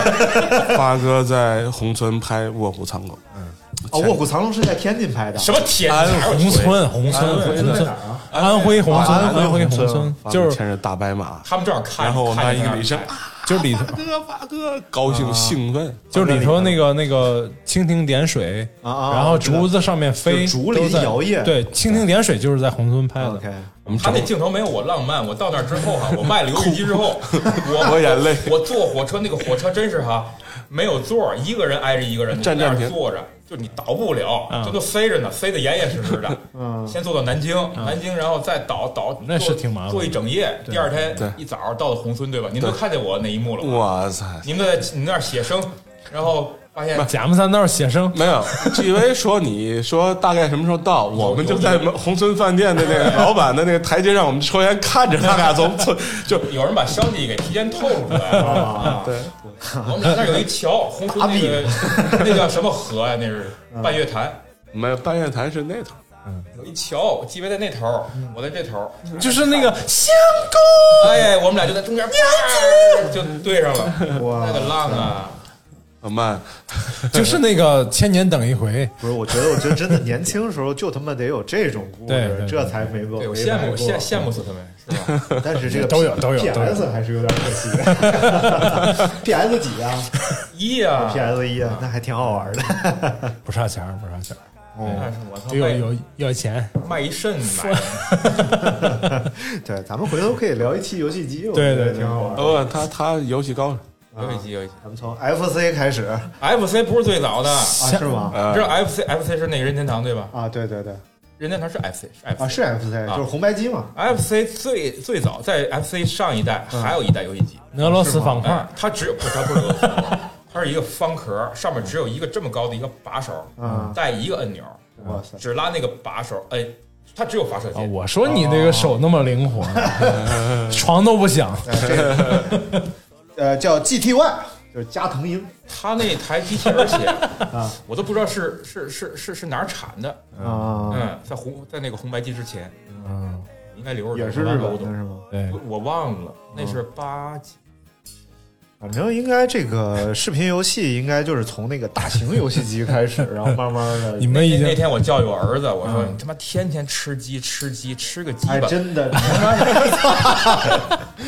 S5: 发哥在红村拍卧虎藏龙，
S3: 哦，《卧虎藏龙》是在天津拍的，
S4: 什么天
S5: 安
S2: 宏村，宏村，
S3: 安徽
S2: 宏
S3: 在
S2: 村
S3: 哪儿啊，
S2: 安徽宏村，
S3: 安徽
S2: 安徽宏
S3: 宏
S2: 村
S3: 村，
S5: 发哥
S2: 就是
S5: 牵着大白马，
S4: 他们正好看，
S5: 然后我
S4: 看
S5: 们
S4: 见
S5: 一个
S4: 那
S5: 女生，
S2: 就是里头，啊
S5: 哥发哥高兴兴奋，
S2: 就是里头那个那个蜻蜓点水，
S3: 啊啊
S2: 然后竹子上面飞，
S3: 就竹林
S2: 都在
S3: 摇曳
S2: 对，蜻蜓点水就是在宏村拍的
S3: OK，。
S4: 他那镜头没有我浪漫。我到那儿之 后哈、我卖了游戏机之后，我
S5: 我眼泪
S4: 我坐火车，那个火车真是哈、没有座儿，一个人挨着一个人，
S5: 站
S4: 就那样
S5: 站停
S4: 坐着，就你倒不了，
S2: 嗯
S4: 这都塞着呢，塞得严严实实的。
S3: 嗯
S4: 先坐到南京，南京然后再倒倒，
S2: 啊那是
S4: 坐
S2: 挺麻烦的
S4: 坐一整夜。第二天
S5: 对
S4: 一早到了红村，对吧？您都看见我那一幕了吧？
S5: 哇塞！
S4: 你们在你们那儿写生，然后发现
S2: 贾木三道写生，
S5: 没有纪威说你说大概什么时候到，我们就在红村饭店的那个老板的那个台阶上，我们抽烟看着他俩从从就
S4: 有人把消息给提前透露出来了。啊
S5: 对，
S4: 我们俩那儿有一桥，红村那个那叫什么河呀、那是
S2: 嗯
S4: 半月潭，
S5: 没有半月潭是那头，
S4: 有一桥，纪威在那头儿，我在这头儿。
S2: 嗯就是那个香
S4: 哎，我们俩就在中间，啪就对上了。
S3: 哇
S4: 那个浪啊！
S5: 老曼
S2: 菇，就是那个千年等一回，
S3: 不是，我觉得，我觉得真的年轻时候就他妈得有这种故
S2: 对对
S3: 事
S2: 对，
S3: 这才没过
S4: 对，我
S3: 没
S4: 哎羡
S3: 白
S4: 慕
S3: 过
S4: 羡羡慕死他们，是 吧？
S3: 但是这个
S2: 都有都有都有
S3: PS 还是有点可惜 的。PS 几啊
S4: 一啊，
S3: ？PS 一啊，那还挺好玩 的。
S2: 不差钱儿，不差钱儿，
S4: 那是我操，
S2: 有
S4: 卖
S2: 有有钱，
S4: 卖一肾买的，
S3: 对，咱们回头可以聊一期游戏机，我
S2: 对
S3: 觉得
S2: 对
S3: 挺好玩的。啊
S5: 呃他他游戏高手，
S4: 有一集有一集。
S3: 咱们从 FC 开始啊，
S4: FC 不是最早的，
S2: 啊
S3: 是吗？
S4: 你知道
S5: 呃
S4: FC FC 是那个任天堂对吧？
S3: 啊，对对对，
S4: 任天堂是 FC 是
S3: 啊
S4: FC
S3: 是 FC，就是红白机嘛。
S4: FC 最最早在 FC 上一代
S3: 嗯
S4: 还有一代游戏机，
S2: 俄罗斯方块
S4: 哎，它只有不它不是俄罗斯方块，它是一个方壳，上面只有一个这么高的一个把手
S3: 嗯，
S4: 带一个按钮，
S2: 嗯
S3: 哇塞，
S4: 只拉那个把手，哎，它只有发射
S2: 啊！
S4: 键。
S2: 我说你那个手那么灵活， 床都不 响，
S3: 呃，叫 GTY，就是加藤鹰
S4: 它那台机器，而且
S3: 啊
S4: 我都不知道是是是是是哪儿产的，
S3: 啊，
S4: 嗯，在红在那个红白机之前，
S2: 嗯，
S4: 应该留着
S3: 也是日本的是嗯吗？
S2: 对
S4: 我，我忘了，那是八几，
S3: 反正应该这个视频游戏应该就是从那个大型游戏机开始，然后慢慢的，
S2: 你们已
S4: 那那
S2: 经
S4: 天我教育我儿子，我说
S2: 嗯
S4: 你他妈天天吃鸡吃鸡吃个鸡
S3: 哎，
S4: 吧，
S3: 真的，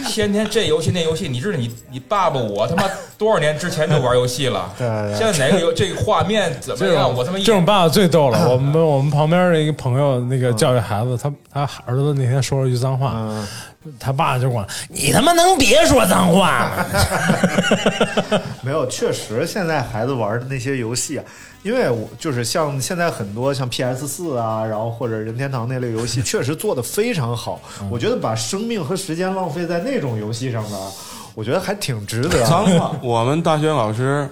S4: 天天这游戏那游戏，你知道你你爸爸我他妈多少年之前就玩游戏了，
S3: 对对
S4: 现在哪个游这个画面怎么
S2: 这
S4: 样？
S2: 种
S4: 我他妈一
S2: 这种爸爸最逗了。我们我们旁边的一个朋友，那个教育孩子，他他儿子那天说了一句脏话，
S3: 嗯，
S2: 他爸就管你他妈能别说脏话 吗？
S3: 没有，确实现在孩子玩的那些游戏啊，因为我就是像现在很多像 PS 四啊，然后或者任天堂那类游戏，确实做的非常好。我觉得把生命和时间浪费在那种游戏上面，我觉得还挺值得。
S5: 脏话，我们大学老师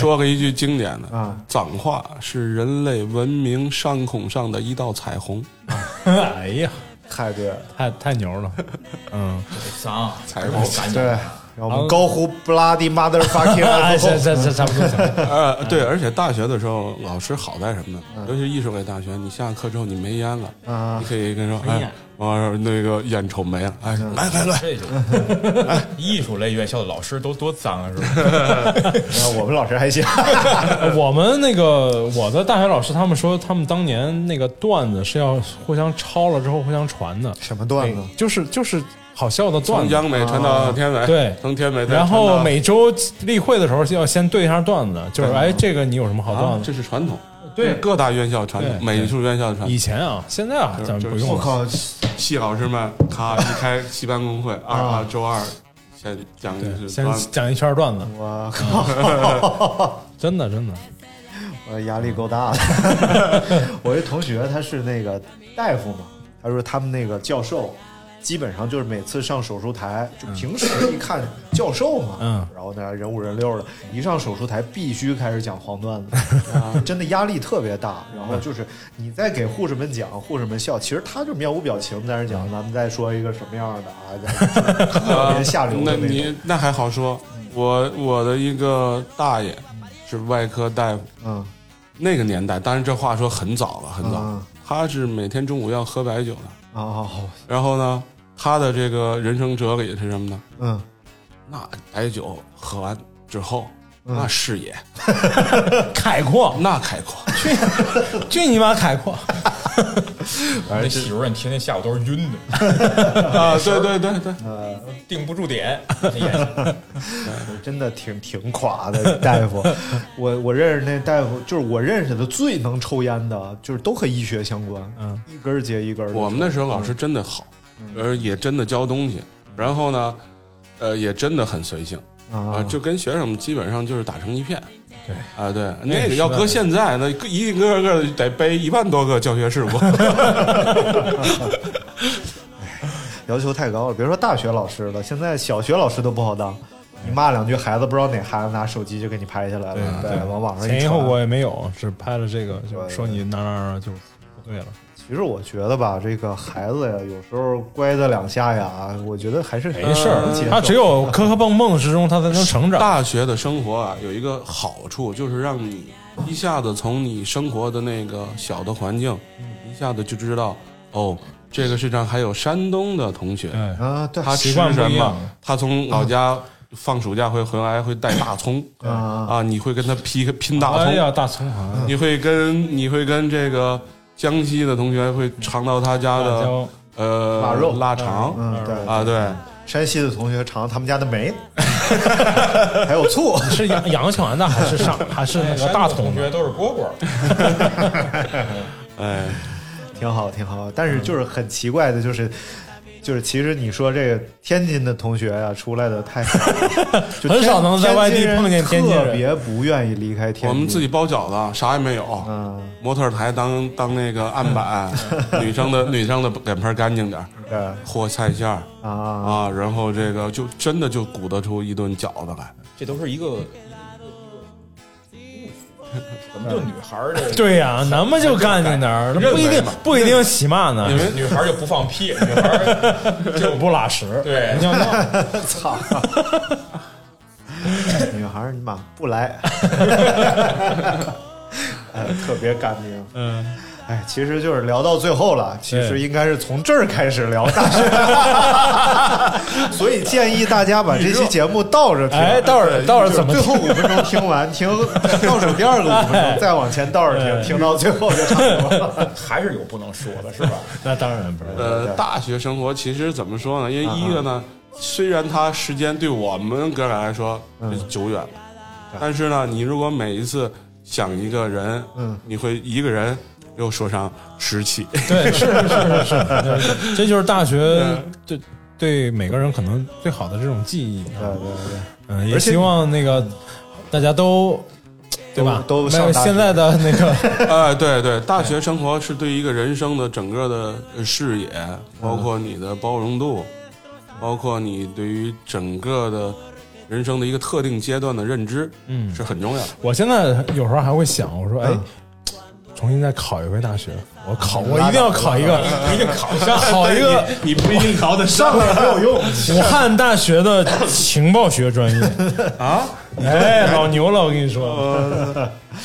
S5: 说过一句经典的
S3: 啊，
S5: 脏话是人类文明上空上的一道 彩虹，
S2: 哎呀，
S3: 太对了，
S2: 太太牛了！嗯，
S4: 脏，
S5: 彩虹
S4: 赶
S3: 对
S4: 紧。。
S3: 然后我们高呼 bloody motherfucking，
S2: 哎，这
S3: alcohol
S2: 这这差不多。差不 多
S5: 呃，对，而且大学的时候，老师好在什么呢？尤其是艺术类大学，你下课之后你没烟了，
S3: 啊
S5: 你可以跟人说，哎，王老师那个烟抽没了，哎，
S3: 嗯
S5: 来来来，
S4: 这种 艺术类院校的老师都多脏啊，是吧？
S3: 然后我们老师还行，
S2: 我们那个我的大学老师他们说，他们当年那个段子是要互相抄了之后互相传的，
S3: 什么段子？
S2: 就是就是好笑的段
S5: 从
S2: 子。
S5: 央
S3: 啊
S5: 美传到天美，
S2: 对
S5: 从哎天美再
S2: 然
S5: 传
S2: 后
S5: 到
S2: 每周例会的时候要先对一下段子，就是哎，这个你有什么好
S5: 啊
S2: 段，子
S5: 这？是传统，
S2: 对
S5: 各大院校传
S2: 对
S5: 统，美术院校传统。
S2: 以前啊，现在啊，咱们不用了。
S5: 我靠，系老师们，咔一开戏班公会，二啊周二先讲的是
S2: 先
S5: 啊
S2: 讲一圈段子。
S3: 我
S5: 靠
S2: 真的真的，
S3: 我压力够大的。我一同学他是那个大夫嘛，他说他们那个教授，基本上就是每次上手术台，就平时一看教授嘛，
S2: 嗯
S3: 然后呢人五人六的，一上手术台必须开始讲黄段子，真的压力特别大。然后就是你在给护士们讲，护士们笑，其实他就面无表情在那讲，咱们再说一个什么样的啊，就是特别下流
S5: 那
S3: 的那种。嗯
S5: 你那还好说，我我的一个大爷是外科大夫，
S3: 嗯，
S5: 那个年代，当然这话说很早了，很早，
S3: 嗯
S5: 他是每天中午要喝白酒的。
S3: 哦，
S5: 然后呢，他的这个人生哲理是什么呢？
S3: 嗯，
S5: 那白酒喝完之后，
S3: 嗯哦
S5: 那视野
S2: 开阔，
S5: 那开阔，
S2: 去你妈开阔！
S4: 那媳妇儿你天天下午都是晕的，
S5: 啊！对对对对，
S4: 定不住点，那眼神
S3: 真的挺挺垮的大夫，我我认识那大夫，就是我认识的最能抽烟的，就是都和医学相关，
S2: 嗯，
S3: 一根儿接一根儿的抽。
S5: 我们那时候老师真的好，而也真的教东西，
S2: 嗯
S5: 然后呢，呃，也真的很随性啊、
S3: 啊，
S5: 就跟学生们基本上就是打成一片。
S2: 对
S5: 啊，对，
S2: 个
S5: 那个
S2: 时
S5: 要
S2: 代
S5: 搁现在，那个一个个得背一万多个教 学事故。
S3: 要求太高了，别说大学老师了，现在小学老师都不好当。你骂两句孩子，不知道哪孩子拿手机就给你拍下来了，
S2: 对
S3: 对，往网上
S2: 前
S3: 一
S2: 因
S3: 传
S2: 后果也没有，只拍了这个，就
S3: 对
S2: 说你哪哪哪就不对了。
S3: 其实我觉得吧，这个孩子呀，有时候乖他两下呀，我觉得还是
S2: 没事
S3: 能接
S2: 儿，
S3: 受
S2: 他只有磕磕碰碰之中，他才能成长。
S5: 大学的生活啊，有一个好处就是让你一下子从你生活的那个小的环境，
S2: 嗯
S5: 一下子就知道哦，这个世上还有山东的同学，
S2: 哎，
S3: 啊，对，
S5: 他吃
S2: 习惯不
S5: 什
S2: 一样
S5: 么？他从老家放暑假会回来会带大葱
S3: 啊
S5: 啊，你会跟他拼拼大
S2: 哎
S5: 葱，
S2: 呀，大葱好像
S5: 你会跟你会跟这个江西的同学会尝到他家
S2: 辣
S5: 的
S2: 椒，
S5: 呃
S3: 腊肉
S5: 腊肠
S3: 嗯，对
S5: 啊，对。
S3: 山西的同学尝他们家的 梅，还有醋。
S2: 是杨杨庆完的还是上还是那个大
S4: 同
S2: 桶
S4: 学
S2: 的？
S4: 都是蝈蝈，
S5: 哎，
S3: 挺好，挺好。但是
S2: 嗯
S3: 就是很奇怪的，就是就是，其实你说这个天津的同学呀、出来的太少 了就天
S2: 很少能在外地碰见天津人
S3: 特别不愿意离开天津。
S5: 我们自己包饺子，啊啥也没有，
S3: 嗯，
S5: 模特儿台当当那个案板， 女生的女生的脸盆儿干净点儿，
S3: 对啊
S5: 和菜馅儿
S3: 啊，
S5: 啊，然后这个就真的就鼓捣出一顿饺子来。
S4: 这都是一 个。怎么就女孩儿的？
S2: 对呀，咱们就干净点儿，
S4: 认为
S2: 不一定
S4: 嘛
S2: 不一定洗骂呢
S4: 女，女孩儿就不放屁，女孩儿就
S2: 不拉屎，
S4: 对
S2: 尿尿。
S3: 操！女孩儿你妈不 来，哎，特别干净。
S2: 嗯，
S3: 哎，其实就是聊到最后了，其实应该是从这儿开始聊大 学，所以建议大家把这期节目倒着听，
S2: 哎倒着
S3: 对
S2: 倒着怎么
S3: 就是最
S2: 听
S3: 后五分钟听完，听 倒数第二个五分钟，再往前倒着听，听到最后就差不多了。
S4: 还是有不能说的，是吧？
S2: 那当然不是。
S5: 呃，大学生活其实怎么说呢？因为一个呢，虽然它时间对我们哥俩来说是久远了，但是呢，你如果每一次想一个人，
S3: 嗯，
S5: 你会一个人又说上十期，
S2: 对，是是是是是，这就是大学
S3: 啊
S2: 对对每个人可能最好的这种记忆。啊
S3: 对对
S2: 嗯，也
S3: 而且
S2: 希望那个大家都对吧？
S3: 都都
S2: 没
S3: 上
S2: 有
S3: 大学
S2: 现在的那个
S5: 哎，对对，大学生活是对一个人生的整个的呃视野，包括你的包容度，包括你对于整个的人生的一个特定阶段的认知，
S2: 嗯
S5: 是很重要的。
S2: 我现在有时候还会想，我说哎
S3: 嗯，
S2: 重新再考一回大学，我考，我一定要考一个， 一定考上，考一个
S5: 你你不一定考 得上
S3: 对，没有用。
S2: 武汉大学的情报学专业。
S5: 啊，
S2: 哎，老牛了，我跟你说，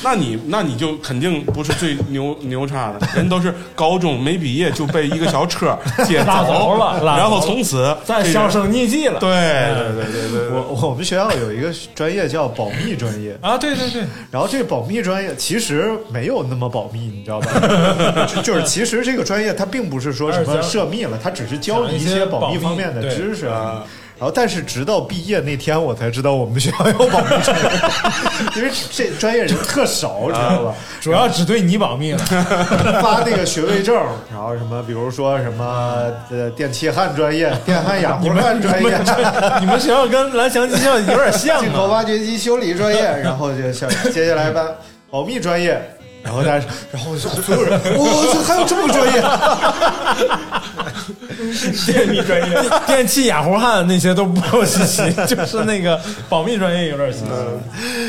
S5: 那你那你就肯定不是最牛牛叉的，人都是高中没毕业就被一个小车 接
S2: 拉走了拉走了
S5: 然后从此
S2: 再
S5: 这
S2: 销
S5: 人
S2: 声匿迹了。
S5: 对对对对对对，
S3: 我我们学校有一个专业叫保密专业，
S2: 啊，对对对，
S3: 然后这保密专业其实没有那么保密，你知道吧？ 就就是其实这个专业它并不是说什么涉密了，它只是教你一些保密方面的知识。啊然后但是直到毕业那天，我才知道我们学校有保密制度，因为这专业人特少，知道吧？
S2: 主要只对你保密了，
S3: 发那个学位证，然后什么，比如说什么呃电气焊专业、电焊氩弧焊专业，
S2: 你们 学校跟蓝翔技校有 点像
S3: 进口挖掘机修理专业，然后就像接下来吧，保密专业，然后大家，然后所有人，我操，还有这么个专业？
S2: 电力专业，电气氩弧焊那些都不够稀奇， 就是那个保密专业有点稀
S3: 嗯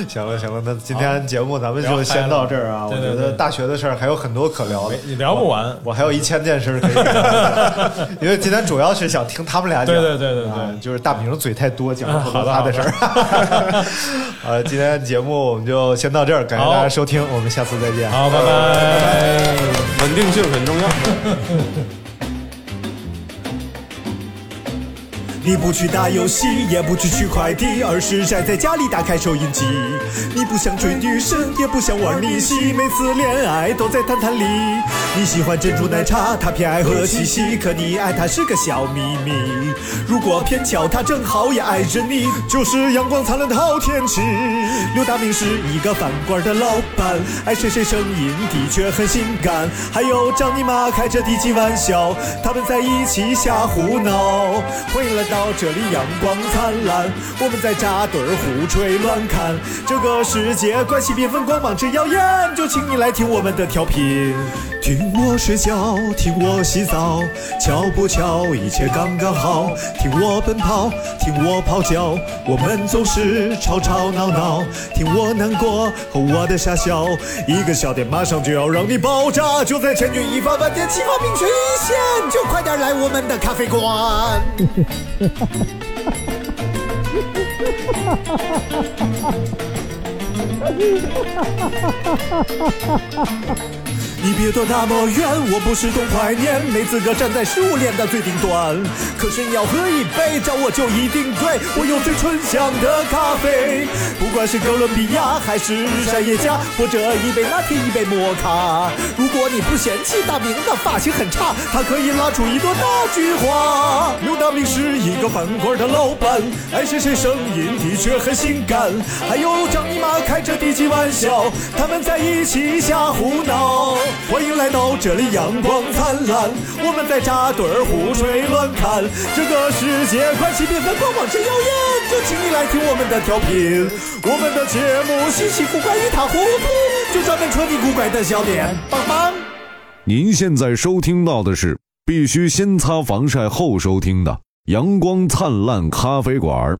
S2: 奇。
S3: 行了行了，那今天节目咱们就先到这儿啊。我
S2: 对对
S3: 觉
S2: 对
S3: 得大学的事儿还有很多可聊的，
S2: 你聊不完，
S3: 我还有一千件事儿可以聊， 因为今天主要是想听他们俩讲。
S2: 对对对对对啊
S3: 啊就是大明嘴太多，讲了很
S2: 好
S3: 多
S2: 的
S3: 他的事 儿。呃，今天节目我们就先到这儿，感谢大家收听，我们下次再见。
S2: 好，拜拜。
S5: 稳定性很重要。
S9: 你不去打游戏，也不去取快递，而是宅在家里打开收音机。你不想追女神，也不想玩逆袭，每次恋爱都在谈谈里。你喜欢珍珠奶茶，他偏爱喝西西，可你爱他是个小秘密。如果偏巧他正好也爱着你，就是阳光灿烂的好天气。刘大明是一个饭馆的老板，爱谁谁声音的确很性感，还有张尼玛开着低级玩笑，他们在一起瞎胡闹。欢迎来到这里，阳光灿烂，我们在扎堆儿胡吹乱侃，这个世界关系缤纷光芒之耀眼，就请你来听我们的调频，听我睡觉，听我洗澡，巧不巧一切刚刚好，听我奔跑，听我咆哮，我们总是吵吵闹闹，听我难过和我的傻笑，一个笑点马上就要让你爆炸，就在千钧一发万箭齐发并成一线，就快点来我们的咖啡馆。你别躲那么远，我不是东怀念，没资格站在食物链的最顶端。可是你要喝一杯，找我就一定对，我有最醇香的咖啡。不管是哥伦比亚还是山野家，或者一杯拿铁一杯摩卡。如果你不嫌弃大明的发型很差，他可以拉出一朵大菊花。刘大明是一个饭馆的老板，爱谁谁声音的确很性感，还有张尼玛开着低级玩笑，他们在一起瞎胡闹。欢迎来到这里，阳光灿烂，我们在扎堆儿胡吹乱侃，这个世界关系缤纷，光芒之耀眼，就请你来听我们的调频，我们的节目稀奇古怪一塌糊涂，就专门戳你古怪的笑点，棒棒。
S10: 您现在收听到的是必须先擦防晒后收听的《阳光灿烂咖啡馆》。